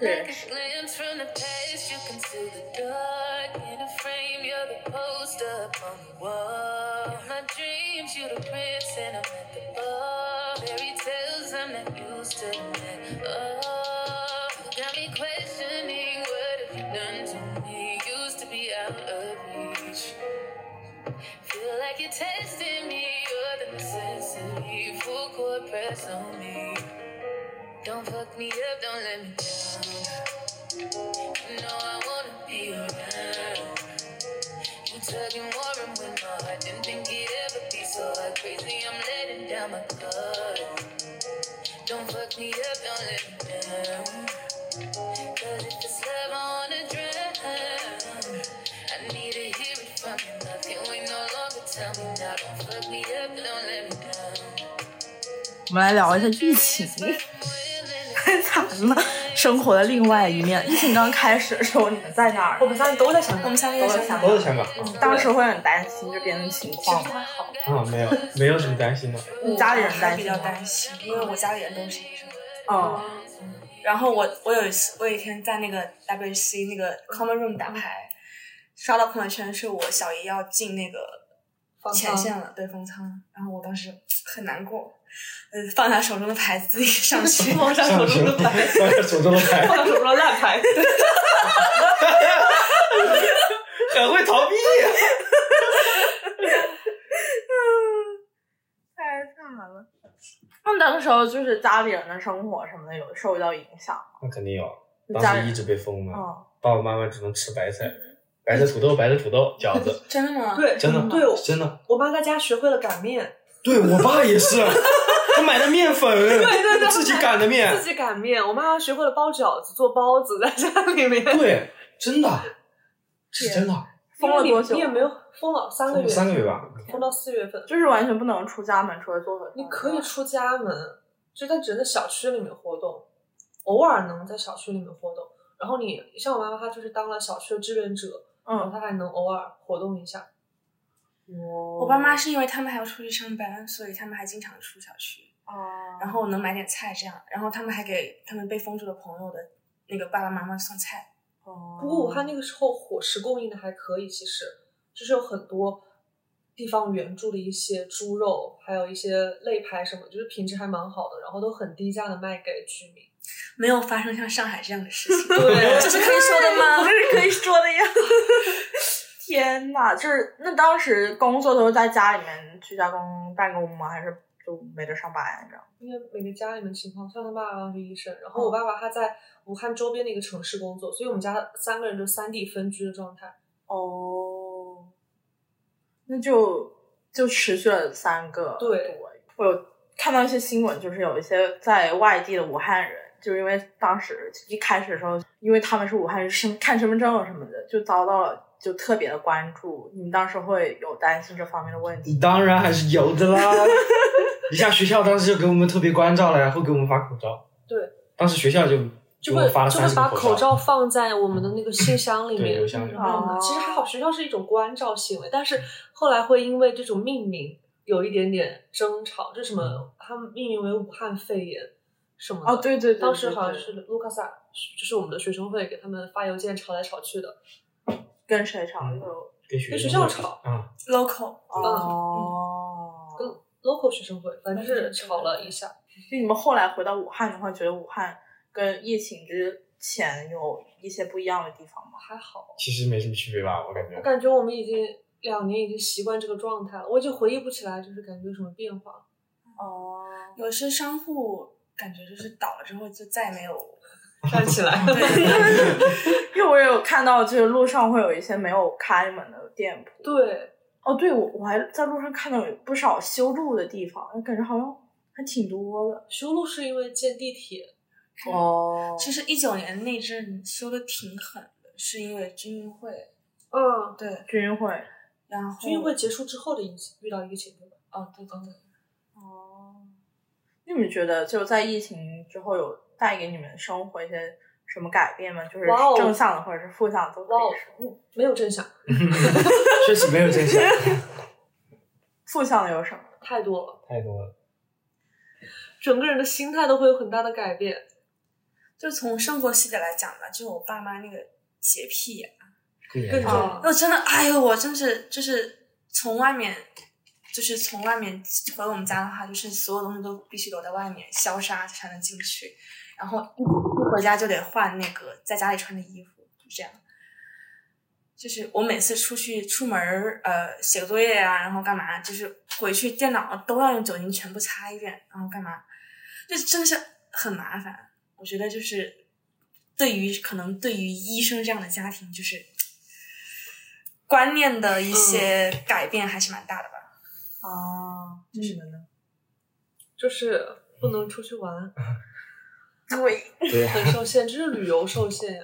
Speaker 3: 对，
Speaker 8: Laying from the page, you can see the dark in a frame. You're the poster up on the wall. In my dreams, you're the prince, and I'm at the bar. Fairy tales, I'm not used to that. Oh, you got me questioning what have you done to me? Used to be out of reach. Feel like you're testing me. You're the necessity. Full court press on me. Don't fuck me up, don't let me down. You know I wanna be around. You tugging, warm with my heart. Didn't think it ever be so hard. Crazy, I'm letting down my guard. Don't fuck me up, don't let me down. Cause if it's love, I wanna drown. I need to hear it from your mouth. Can't wait no longer. Tell me now. Don't fuck me up, don't let me down.
Speaker 9: 我们来聊一下疫情，
Speaker 3: 太惨了，生活的另外一面。疫情刚开始的时候，你们在哪儿？
Speaker 7: 我们三个都在香
Speaker 6: 我
Speaker 7: 港
Speaker 6: 们，三个
Speaker 3: 都
Speaker 6: 在
Speaker 3: 在香
Speaker 6: 香港
Speaker 2: 我
Speaker 3: 港
Speaker 2: 在，香港
Speaker 7: 嗯
Speaker 3: 当时会很担心这边的情况吗？
Speaker 2: 啊，没有没有什么担心的。
Speaker 3: 你家里人担
Speaker 6: 比
Speaker 3: 心
Speaker 6: 较
Speaker 3: 吗？
Speaker 6: 担心，因为我家里人都是医生。
Speaker 3: 嗯，
Speaker 6: 然后我我有一次，我有一天在那个 WC 那个 common room 打牌，刷到朋友圈是我小姨要进那个
Speaker 7: 方舱
Speaker 6: 前线了，对方舱，然后我当时很难过，呃，放下手中的牌自己上去，
Speaker 7: 放下手
Speaker 2: 上
Speaker 7: 中
Speaker 2: 手
Speaker 7: 的牌，
Speaker 2: 放下手中的牌，
Speaker 7: 放下手中的烂 牌，
Speaker 2: 很会逃避。
Speaker 3: 太惨了。那么那个时候就是家里人的生活什么的有受到影响吗？
Speaker 2: 那肯定有，
Speaker 3: 你家
Speaker 2: 当时一
Speaker 3: 人
Speaker 2: 直被封
Speaker 7: 哦
Speaker 2: 嘛，
Speaker 3: 嗯，
Speaker 2: 爸爸妈妈只能吃白菜，白菜土豆，白菜土豆，饺子，
Speaker 6: 真的吗？
Speaker 7: 对，
Speaker 2: 真的，
Speaker 7: 对，我
Speaker 2: 真的，
Speaker 7: 我妈在家学会了擀面，
Speaker 2: 对我爸也是， 他买的面粉，对
Speaker 7: 对对
Speaker 2: 自己擀的面
Speaker 7: 自，己擀面，我妈学会了包饺子，做包子在家里面。
Speaker 2: 对，真的，是真的，
Speaker 3: 封了多久
Speaker 7: 你也没有封了三个
Speaker 2: 封
Speaker 7: 月，
Speaker 2: 了三个月吧，
Speaker 7: 封到四月份。
Speaker 3: 就是完全不能出家门，除了做核酸。
Speaker 7: 你可以出家门，就但只能在小区里面活动，偶尔能在小区里面活动。然后你像我妈妈，她就是当了小区的志愿者，然后
Speaker 3: 嗯，
Speaker 7: 她还能偶尔活动一下。
Speaker 3: 我
Speaker 6: 我爸妈是因为他们还要出去上班，所以他们还经常出小区，
Speaker 3: 啊，
Speaker 6: 然后我能买点菜这样，然后他们还给他们被封住的朋友的那个爸爸妈妈送菜，
Speaker 7: 不
Speaker 3: 哦
Speaker 7: 过武汉哦那个时候伙食供应的还可以，其实就是有很多地方援助的一些猪肉，还有一些肋排什么，就是品质还蛮好的，然后都很低价的卖给居民。
Speaker 6: 没有发生像上海这样的事情，
Speaker 7: 对
Speaker 6: 这是可以说的 吗？
Speaker 3: 这是可以说的呀。 天呐，就是那当时工作都是在家里面居家工办公吗？还是就没得上班呀？这样
Speaker 7: 因为每个家里面情况，像他爸爸是医生，然后我爸爸他在武汉周边的一个城市工作，所以我们家三个人就三地分居的状态。
Speaker 3: 哦，那就就持续了三个
Speaker 7: 对
Speaker 3: 多月。我有看到一些新闻，就是有一些在外地的武汉人，就是因为当时一开始的时候，因为他们是武汉人，身看身份证什么的，就遭到了就特别的关注。你们当时会有担心这方面的问题吗？
Speaker 2: 当然还是有的 啦。你像学校当时就给我们特别关照了呀，会给我们发口罩。
Speaker 7: 对，
Speaker 2: 当时学校就给
Speaker 7: 就
Speaker 2: 我
Speaker 7: 会
Speaker 2: 们发了
Speaker 7: 就
Speaker 2: 三
Speaker 7: 会
Speaker 2: 十
Speaker 7: 把
Speaker 2: 个
Speaker 7: 口
Speaker 2: 罩，
Speaker 7: 罩放在我们的那个信箱里
Speaker 2: 对
Speaker 7: 面
Speaker 2: 邮。箱里。
Speaker 7: 然后呢，
Speaker 3: 哦
Speaker 7: 其实还好，学校是一种关照行为，但是后来会因为这种命名有一点点争吵，这什
Speaker 2: 嗯
Speaker 7: 么他们命名为武汉肺炎什么的。
Speaker 3: 哦，对对对，
Speaker 7: 当时好像
Speaker 3: 对对
Speaker 7: 是卢卡萨，就是我们的学生会给他们发邮件吵来吵去的。
Speaker 3: 跟谁吵的时候？
Speaker 2: 给学
Speaker 7: 跟学
Speaker 2: 生
Speaker 7: 校
Speaker 2: 会
Speaker 7: 吵
Speaker 2: 啊，
Speaker 6: local，
Speaker 3: 哦，
Speaker 7: 跟 local 学生会，反正是吵了一下。
Speaker 3: 就你们后来回到武汉的话，觉得武汉跟疫情之前有一些不一样的地方吗？
Speaker 7: 还好，
Speaker 2: 其实没什么区别吧，我感觉
Speaker 7: 我。感觉我们已经两年已经习惯这个状态了，我已经回忆不起来，就是感觉有什么变化。
Speaker 3: 哦，
Speaker 6: 有些商户感觉就是倒了之后就再也没有。
Speaker 7: 站起 来。
Speaker 3: 因为我有看到，就是路上会有一些没有开门的店铺。
Speaker 7: 对，
Speaker 3: 哦，对，我我还在路上看到有不少修路的地方，感觉好像还挺多的。
Speaker 7: 修路是因为建地铁，
Speaker 3: 哦
Speaker 6: 其实一九年那阵修的挺狠的，是因为军运会，
Speaker 7: 嗯，
Speaker 6: 对，
Speaker 3: 军运会。
Speaker 6: 然后
Speaker 7: 军运会结束之后的疫情遇到疫情对吧？
Speaker 6: 哦，对对对，
Speaker 3: 哦，那你们觉得就在疫情之后有带给你们生活一些什么改变吗？就是
Speaker 7: 哇哦
Speaker 3: 正向的或者是负向的都可
Speaker 7: 哇
Speaker 3: 以
Speaker 7: 哦
Speaker 3: 说。，
Speaker 7: 嗯，没有真相，
Speaker 2: 确实没有真相，
Speaker 3: 负向的有什么？
Speaker 7: 太多了，
Speaker 2: 太多了。
Speaker 7: 整个人的心态都会有很大的改变。
Speaker 6: 就从生活细节来讲吧，就我爸妈那个洁癖呀、
Speaker 2: 更严
Speaker 6: 各
Speaker 2: 重
Speaker 6: 种，
Speaker 7: 啊
Speaker 6: 我真的，哎呦，我真是就是从外面，就是从外面回我们家的话，就是所有东西都必须留在外面消杀才能进去，然后一一回家就得换那个在家里穿的衣服，就这样。就是我每次出去出门儿呃，写个作业啊，然后干嘛，就是回去电脑都要用酒精全部擦一遍，然后干嘛，就真的是很麻烦。我觉得就是对于可能对于医生这样的家庭，就是观念的
Speaker 7: 嗯
Speaker 6: 一些改变还是蛮大的吧。
Speaker 3: 啊，是什么呢？
Speaker 7: 就是不能出去 玩，
Speaker 3: 对，
Speaker 2: 对，
Speaker 7: 很受限，就是旅游受限，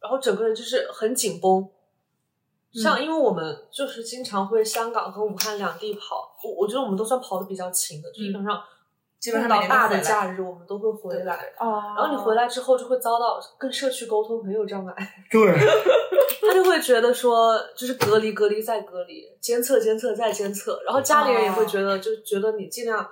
Speaker 7: 然后整个人就是很紧绷。
Speaker 6: 嗯
Speaker 7: 像因为我们就是经常会香港和武汉两地跑，我我觉得我们都算跑的比较勤的，就基本上
Speaker 6: 嗯基本上
Speaker 7: 到
Speaker 6: 每年都
Speaker 7: 大
Speaker 6: 回
Speaker 7: 的
Speaker 6: 来
Speaker 7: 假日我们都会回来。
Speaker 3: 哦，
Speaker 7: 然后你回来之后就会遭到跟社区沟通很有障碍，
Speaker 2: 对，
Speaker 7: 他就会觉得说就是隔离隔离再隔离，监测监测再监测，然后家里人也会觉得就觉得你尽量，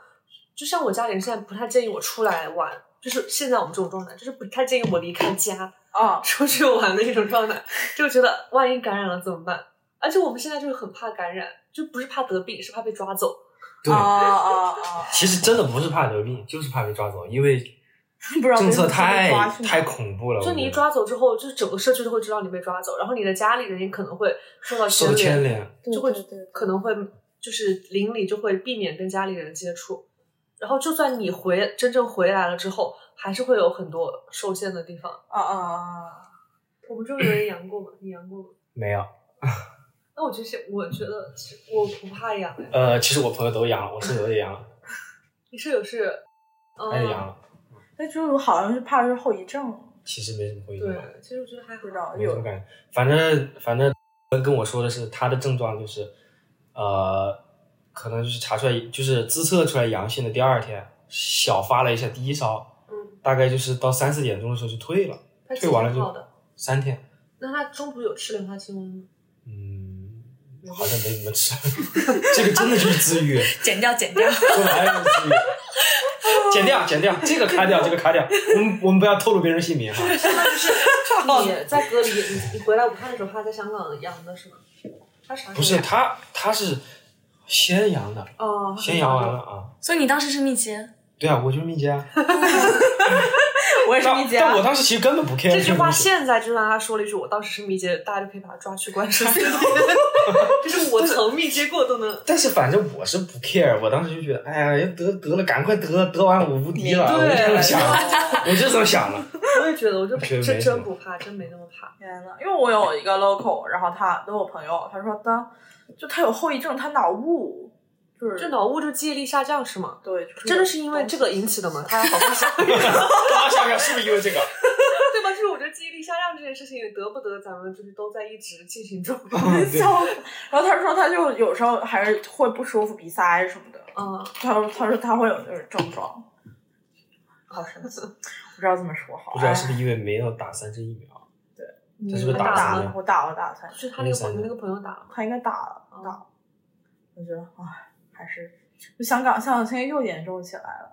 Speaker 7: 就像我家里人现在不太建议我出来玩，就是现在我们这种状态，就是不太建议我离开家
Speaker 3: 啊，
Speaker 7: 出去玩的一种状态，就觉得万一感染了怎么办？而且我们现在就是很怕感染，就不是怕得病，是怕被抓走。
Speaker 3: 啊啊啊！
Speaker 2: 其实真的不是怕得病，就是怕被抓走，因为
Speaker 3: 不知道
Speaker 2: 政
Speaker 3: 为什
Speaker 2: 策
Speaker 3: 么
Speaker 2: 太
Speaker 3: 被抓去哪
Speaker 2: 太恐怖了。
Speaker 7: 就
Speaker 2: 我
Speaker 7: 你
Speaker 2: 觉
Speaker 7: 一
Speaker 2: 得
Speaker 7: 抓走之后，就是整个社区都会知道你被抓走，然后你的家里人也可能会受到
Speaker 2: 受牵连，
Speaker 7: 就会
Speaker 3: 对对对
Speaker 7: 可能会就是邻里就会避免跟家里人接触，然后就算你回真正回来了之后，还是会有很多受限的地方。
Speaker 3: 啊啊啊！
Speaker 7: 我们周围有人阳过吗？ 你阳过吗？
Speaker 2: 没有。
Speaker 7: 那我就是我觉得其实我不怕阳，哎
Speaker 2: 呃，其实我朋友都阳了，我室友也阳了，
Speaker 7: 你舍友是，嗯
Speaker 2: 他也阳了，
Speaker 3: 那就是好像是怕是后遗症，
Speaker 2: 其实没什么后遗症
Speaker 7: 对，，其实我觉得还
Speaker 3: 不知。
Speaker 7: 好
Speaker 3: 道
Speaker 2: 没什么
Speaker 3: 有
Speaker 2: 感觉。反正反正跟我说的是他的症状就是，呃，可能就是查出来就是自测出来阳性的第二天，小发了一下低烧，
Speaker 7: 嗯，
Speaker 2: 大概就是到三四点钟的时候就退了，
Speaker 7: 他
Speaker 2: 退完了
Speaker 7: 挺好的
Speaker 2: 就。三天。
Speaker 7: 那他中途有吃莲花清 瘟吗？
Speaker 2: 嗯，好像没怎么吃，这个真的就是自愈，
Speaker 6: 剪掉剪掉，
Speaker 2: 说白了就是自愈。剪掉，剪掉，这个卡掉，这个卡掉。我们我们不要透露别人姓名哈。
Speaker 7: 你在隔离，你你回来武汉的时候，他在香港阳的是吗？他啥时候
Speaker 2: 不是
Speaker 7: 阳
Speaker 2: 他，他是先阳的，
Speaker 7: 哦，
Speaker 2: 先阳完了啊。
Speaker 6: 所以你当时是密接，
Speaker 2: 对啊，我就是密接啊。
Speaker 3: 我也是
Speaker 2: 但
Speaker 3: 密接啊
Speaker 2: 但我当时其实根本不 care
Speaker 7: 这句话
Speaker 2: 东西
Speaker 7: 现在就让他说了一句：“我当时是密接，大家就可以把他抓去关 十四天。” 就是我曾密接过都能。
Speaker 2: 但是反正我是不 care，我当时就觉得，哎呀，要得得了，赶快得，得完我无敌了，我就这么想 的，我就这么想的。
Speaker 7: 我也觉得，我就
Speaker 2: 觉得没什
Speaker 7: 真
Speaker 2: 么
Speaker 7: 真不怕，真没那么怕。
Speaker 3: 天呐，因为我有一个 local，然后他都我朋友，他说他就他有后遗症，他脑雾，就是
Speaker 7: 就脑雾，就记忆力下降是吗？
Speaker 3: 对，就是
Speaker 7: 真的是因为这个引起的吗？他好像想， 对
Speaker 2: 大家想想是不是因为这个？
Speaker 7: 吧？就是我觉得记忆力下降这件事情得不得，咱们就是都在一直进行中。
Speaker 2: 嗯 对
Speaker 3: 笑死。然后他说他就有时候还是会不舒服，鼻塞什么的。
Speaker 7: 嗯，
Speaker 3: 他说他说他会有那种症状，
Speaker 7: 好神奇。
Speaker 3: 不知道怎么说好。
Speaker 2: 不知道是不是因为没有打三针疫苗？他是不是
Speaker 3: 哎
Speaker 2: 打
Speaker 3: 打
Speaker 2: 三
Speaker 3: 了
Speaker 2: 针？
Speaker 3: 我打了打了三针，
Speaker 7: 就是他那个朋友那个朋友打了吗？
Speaker 3: 他应该打了打了。我觉得唉，还是就香港香港现在又严重起来了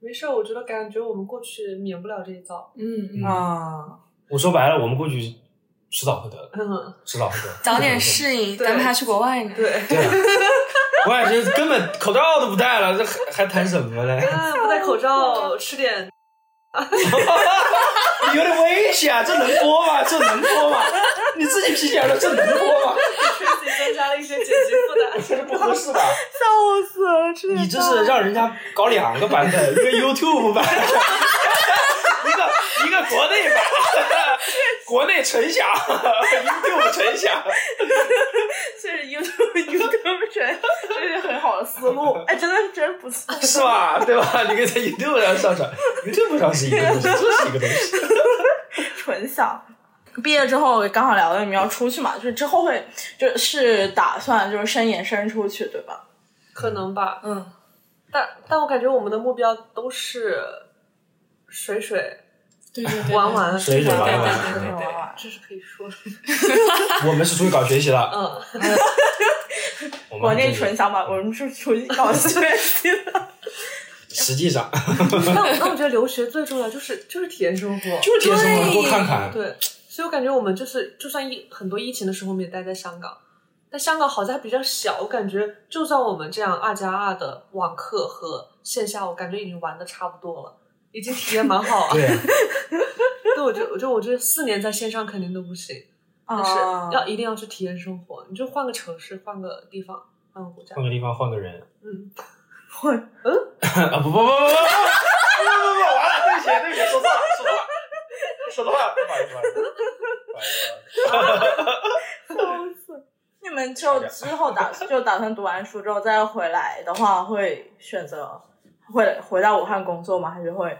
Speaker 7: 没事儿，我觉得感觉我们过去免不了这一遭。
Speaker 6: 嗯，
Speaker 3: 啊！
Speaker 2: 我说白了，我们过去迟早会得的，
Speaker 7: 嗯，
Speaker 2: 迟早会得的。
Speaker 6: 早点适应，
Speaker 7: 对
Speaker 6: 咱们还去国外呢。
Speaker 7: 对。
Speaker 2: 对啊。我感觉根本口罩都不戴了，这还还谈什么嘞？
Speaker 7: 啊，不戴口罩，吃点
Speaker 2: 有点啊危险，这能播吗？这能播吗？你自己 P 起来了，这能播吗？
Speaker 7: 吃点增加了一些阶级负
Speaker 2: 这
Speaker 7: 担。
Speaker 2: 不合适吧？
Speaker 3: 笑死了，吃点
Speaker 2: 你这是让人家搞两个版本，一 个 YouTube 版，一个一个国内版， 国内纯享，YouTube 纯享。
Speaker 3: 这是 YouTube YouTube 全， 这是很好的思路。哎，真的真不错。
Speaker 2: 是吧？对吧？你可以在 YouTube 上上传，YouTube 上是一个东西，这是一个东西。
Speaker 3: 纯享。毕业之后刚好聊到你们要出去嘛，就是之后会就是打算就是伸延伸出去，对吧？
Speaker 7: 可能吧，
Speaker 4: 嗯，
Speaker 7: 但但我感觉我们的目标都是水水
Speaker 4: 对对对，
Speaker 7: 玩玩，
Speaker 2: 水水玩玩
Speaker 7: 对对对对
Speaker 3: 玩玩
Speaker 7: 这是可以说的。
Speaker 2: 我们是出去搞学习了，
Speaker 7: 嗯，
Speaker 2: 我
Speaker 3: 国
Speaker 2: 们
Speaker 3: 内
Speaker 2: 这
Speaker 3: 纯享吧，我们是出去搞学习了。
Speaker 2: 实际上
Speaker 7: 但我但我觉得留学最重要就是就是体验生活，
Speaker 2: 就是贴生活多看看，
Speaker 7: 对，所以我感觉我们就是，就算疫很多疫情的时候，我们也待在香港。但香港好在比较小，我感觉就算我们这样二加二的网课和线下，我感觉已经玩的差不多了，已经体验蛮好了。
Speaker 2: 对，
Speaker 7: 对，我觉得，我觉得，我觉得四年在线上肯定都不行，但是
Speaker 2: 哦
Speaker 3: 啊
Speaker 7: 要一定要去体验生活。你就换个城市，换个地方，换个国家
Speaker 2: 换，个地方换个人
Speaker 7: 嗯，
Speaker 2: 啊！不不不不不不不不不不！完了，对不起对不起，说错了说错了说错了，不好意思不好意思不好意思。
Speaker 3: 你们就之后打就打算读完书之后再回来的话，会选择会回到武汉工作吗？还是会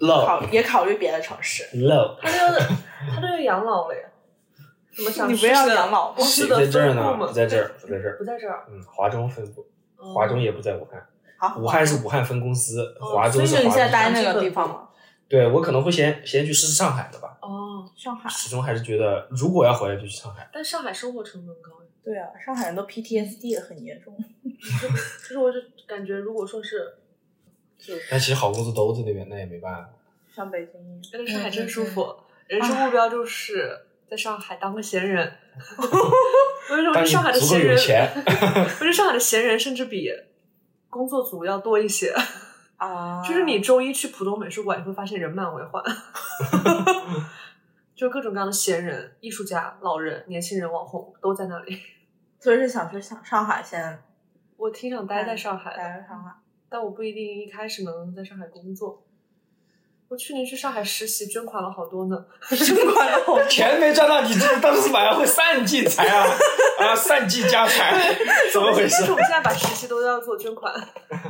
Speaker 3: 考
Speaker 2: Love
Speaker 3: 也考虑别的城市？
Speaker 2: love，
Speaker 7: 他就是他就是养老了呀。怎么想啊
Speaker 3: 你不要养老吗
Speaker 7: 公司
Speaker 2: 谁
Speaker 7: 的
Speaker 2: 在这儿
Speaker 7: 分
Speaker 2: 呢
Speaker 7: 布？嘛
Speaker 2: 不在这儿，不在这儿。
Speaker 7: 不在这儿，
Speaker 2: 嗯，华中分部，
Speaker 7: 嗯
Speaker 2: 华中也不在武汉，
Speaker 3: 好，
Speaker 2: 武汉是武汉分公司，
Speaker 7: 哦
Speaker 2: 华
Speaker 3: 所
Speaker 2: 中
Speaker 3: 以
Speaker 2: 是
Speaker 3: 就你
Speaker 2: 华
Speaker 3: 现在
Speaker 2: 中。
Speaker 3: 待那个地方吗？
Speaker 2: 对我可能会先先去试试上海的吧。
Speaker 7: 哦，
Speaker 3: 上海。
Speaker 2: 始终还是觉得，如果要回来就去上海。
Speaker 7: 但上海生活成本高呀。
Speaker 3: 对啊，上海人都 PTSD 的很严重。
Speaker 7: 就是我就感觉，如果 说是
Speaker 2: 但其实好工作都在那边，那也没办法。
Speaker 3: 像北京一样，
Speaker 7: 真的上海真
Speaker 3: 嗯
Speaker 7: 舒服，人生
Speaker 3: 啊
Speaker 7: 目标就是在上海当个闲 人。我觉得
Speaker 2: 当
Speaker 7: 我觉得
Speaker 2: 你
Speaker 7: 上海的
Speaker 2: 足够
Speaker 7: 闲
Speaker 2: 有
Speaker 7: 人，
Speaker 2: 钱
Speaker 7: 我觉得上海的闲人甚至比工作族要多一些。
Speaker 3: 啊，
Speaker 7: 就是你周一去浦东美术馆，你会发现人满为 患，就各种各样的闲人、艺术家、老人、年轻人、网红都在那里。
Speaker 3: 所以是想去上上海先
Speaker 7: 我挺想待在上海
Speaker 2: 哎
Speaker 7: 的，
Speaker 3: 待在上海。
Speaker 7: 但我不一定一开始能在上海工作。我去年去上海实习，捐款了好多呢。
Speaker 2: 钱没赚到，你这当时晚上会散尽财啊啊，散尽家财，怎么回
Speaker 7: 但
Speaker 2: 事
Speaker 7: 是？我们现在把实习都要做捐款。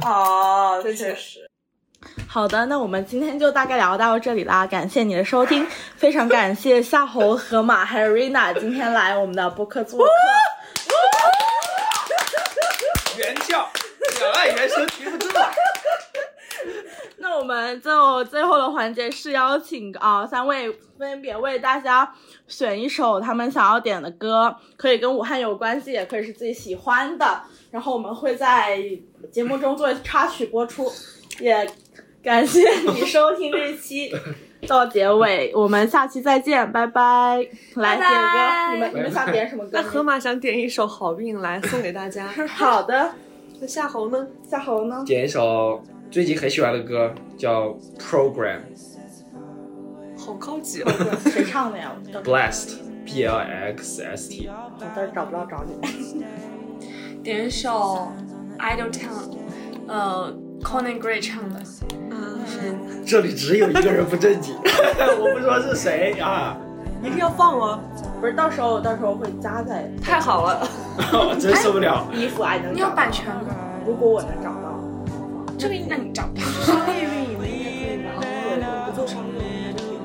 Speaker 3: 哦，
Speaker 7: 对
Speaker 3: 确
Speaker 7: 确
Speaker 3: 实。 好的，那我们今天就大概聊到这里啦，感谢你的收听，非常感谢夏侯、河马还有 Rina 今天来我们的播客 做客。
Speaker 2: 原教，两岸猿声啼不住啊！
Speaker 3: 那我们就最后的环节是邀请啊、呃三位分别为大家选一首他们想要点的歌，可以跟武汉有关系，也可以是自己喜欢的。然后我们会在节目中作为插曲播出，也感谢你收听这一期 到结尾，我们下期再见，拜拜。来
Speaker 6: 拜
Speaker 3: 点
Speaker 6: 拜
Speaker 3: 歌，你们你们想点什么歌？
Speaker 7: 那河马想点一首《好运》来送给大家。
Speaker 3: 好的，
Speaker 7: 那夏侯呢？
Speaker 3: 夏侯呢？
Speaker 10: 点一首最近很喜欢的歌，叫《Program
Speaker 7: 好高级哦！
Speaker 3: 谁唱的呀？我找
Speaker 10: Blast》B L E X S T。
Speaker 3: 好的，找不到找你。
Speaker 6: 点一首《Idol Town》，呃，Conan Gray 唱的。
Speaker 10: 这里只有一个人不正经， 我不说是谁啊，
Speaker 7: 一定要放哦！
Speaker 3: 不是，到时候到时候会加在
Speaker 7: 太好了，
Speaker 10: 我真受不了。
Speaker 3: 衣服哎还能
Speaker 6: 你
Speaker 3: 找
Speaker 6: 有
Speaker 3: 到
Speaker 6: 版权吗？
Speaker 3: 如果我能找到，
Speaker 6: 这个那你找吧。
Speaker 7: 不做商业，我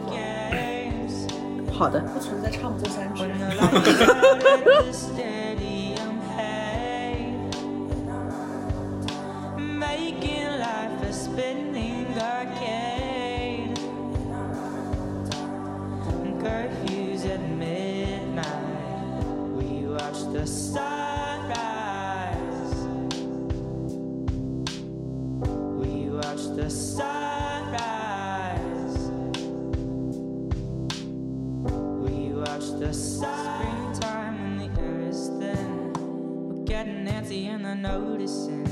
Speaker 7: 觉得挺好
Speaker 3: 好的。
Speaker 7: 不存在唱不过三只。
Speaker 8: stadium hay. Making life a spinning arcade. Curfews at midnight. We watch the sunrise. We watch the sunrise. We watch the springtime and the air is thin. We're getting antsy and they're noticing.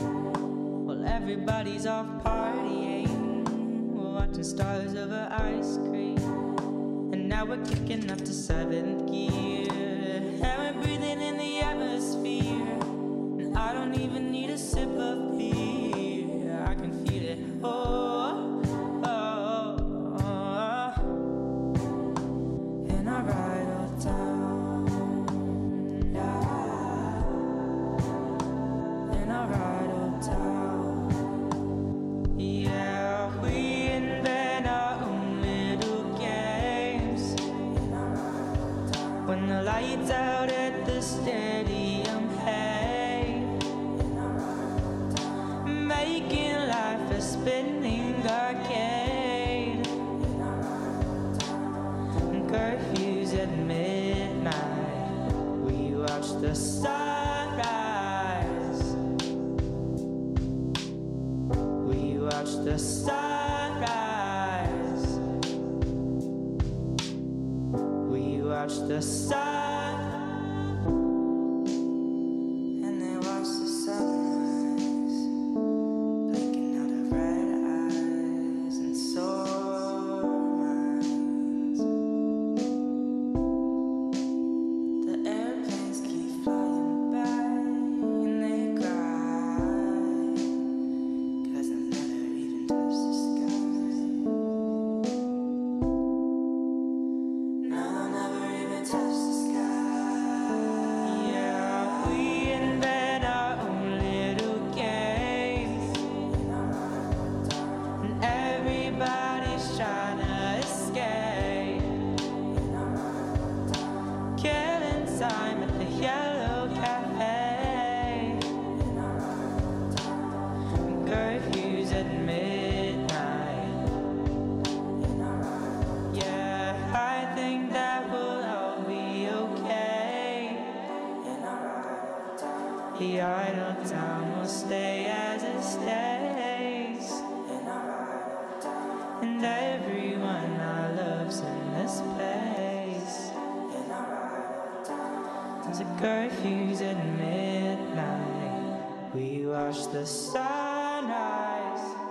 Speaker 8: Well, everybody's off partying. We're watching stars over ice cream. And now we're kicking up to seventh gear. And we're breathing in the atmosphere. a sip of beer. I can feel it. Oh, oh, oh, oh. And I ride all down, down. And I ride all down. Yeah, we invent our own little games. When the lights out at the stadium, hey, making life a spinning arcade. Curfews at midnight, we watch the sunrise. We watch the sunrise. We watch the sun, and they watch the sunrise, blinking out of red eyes, and so minds. The airplanes keep flying by, and they cry, cause I've never even touched the sky. Now never even touch the sky. Yeah, we invent our own little games, and everybody's trying to escape. Killing time at the yellow cafe. Curfews at midnight. Yeah, I think that will all be okay. The idle town will stay as it stays. And everyone I love's in this place. There's a curfews at midnight. We watch the sunrise.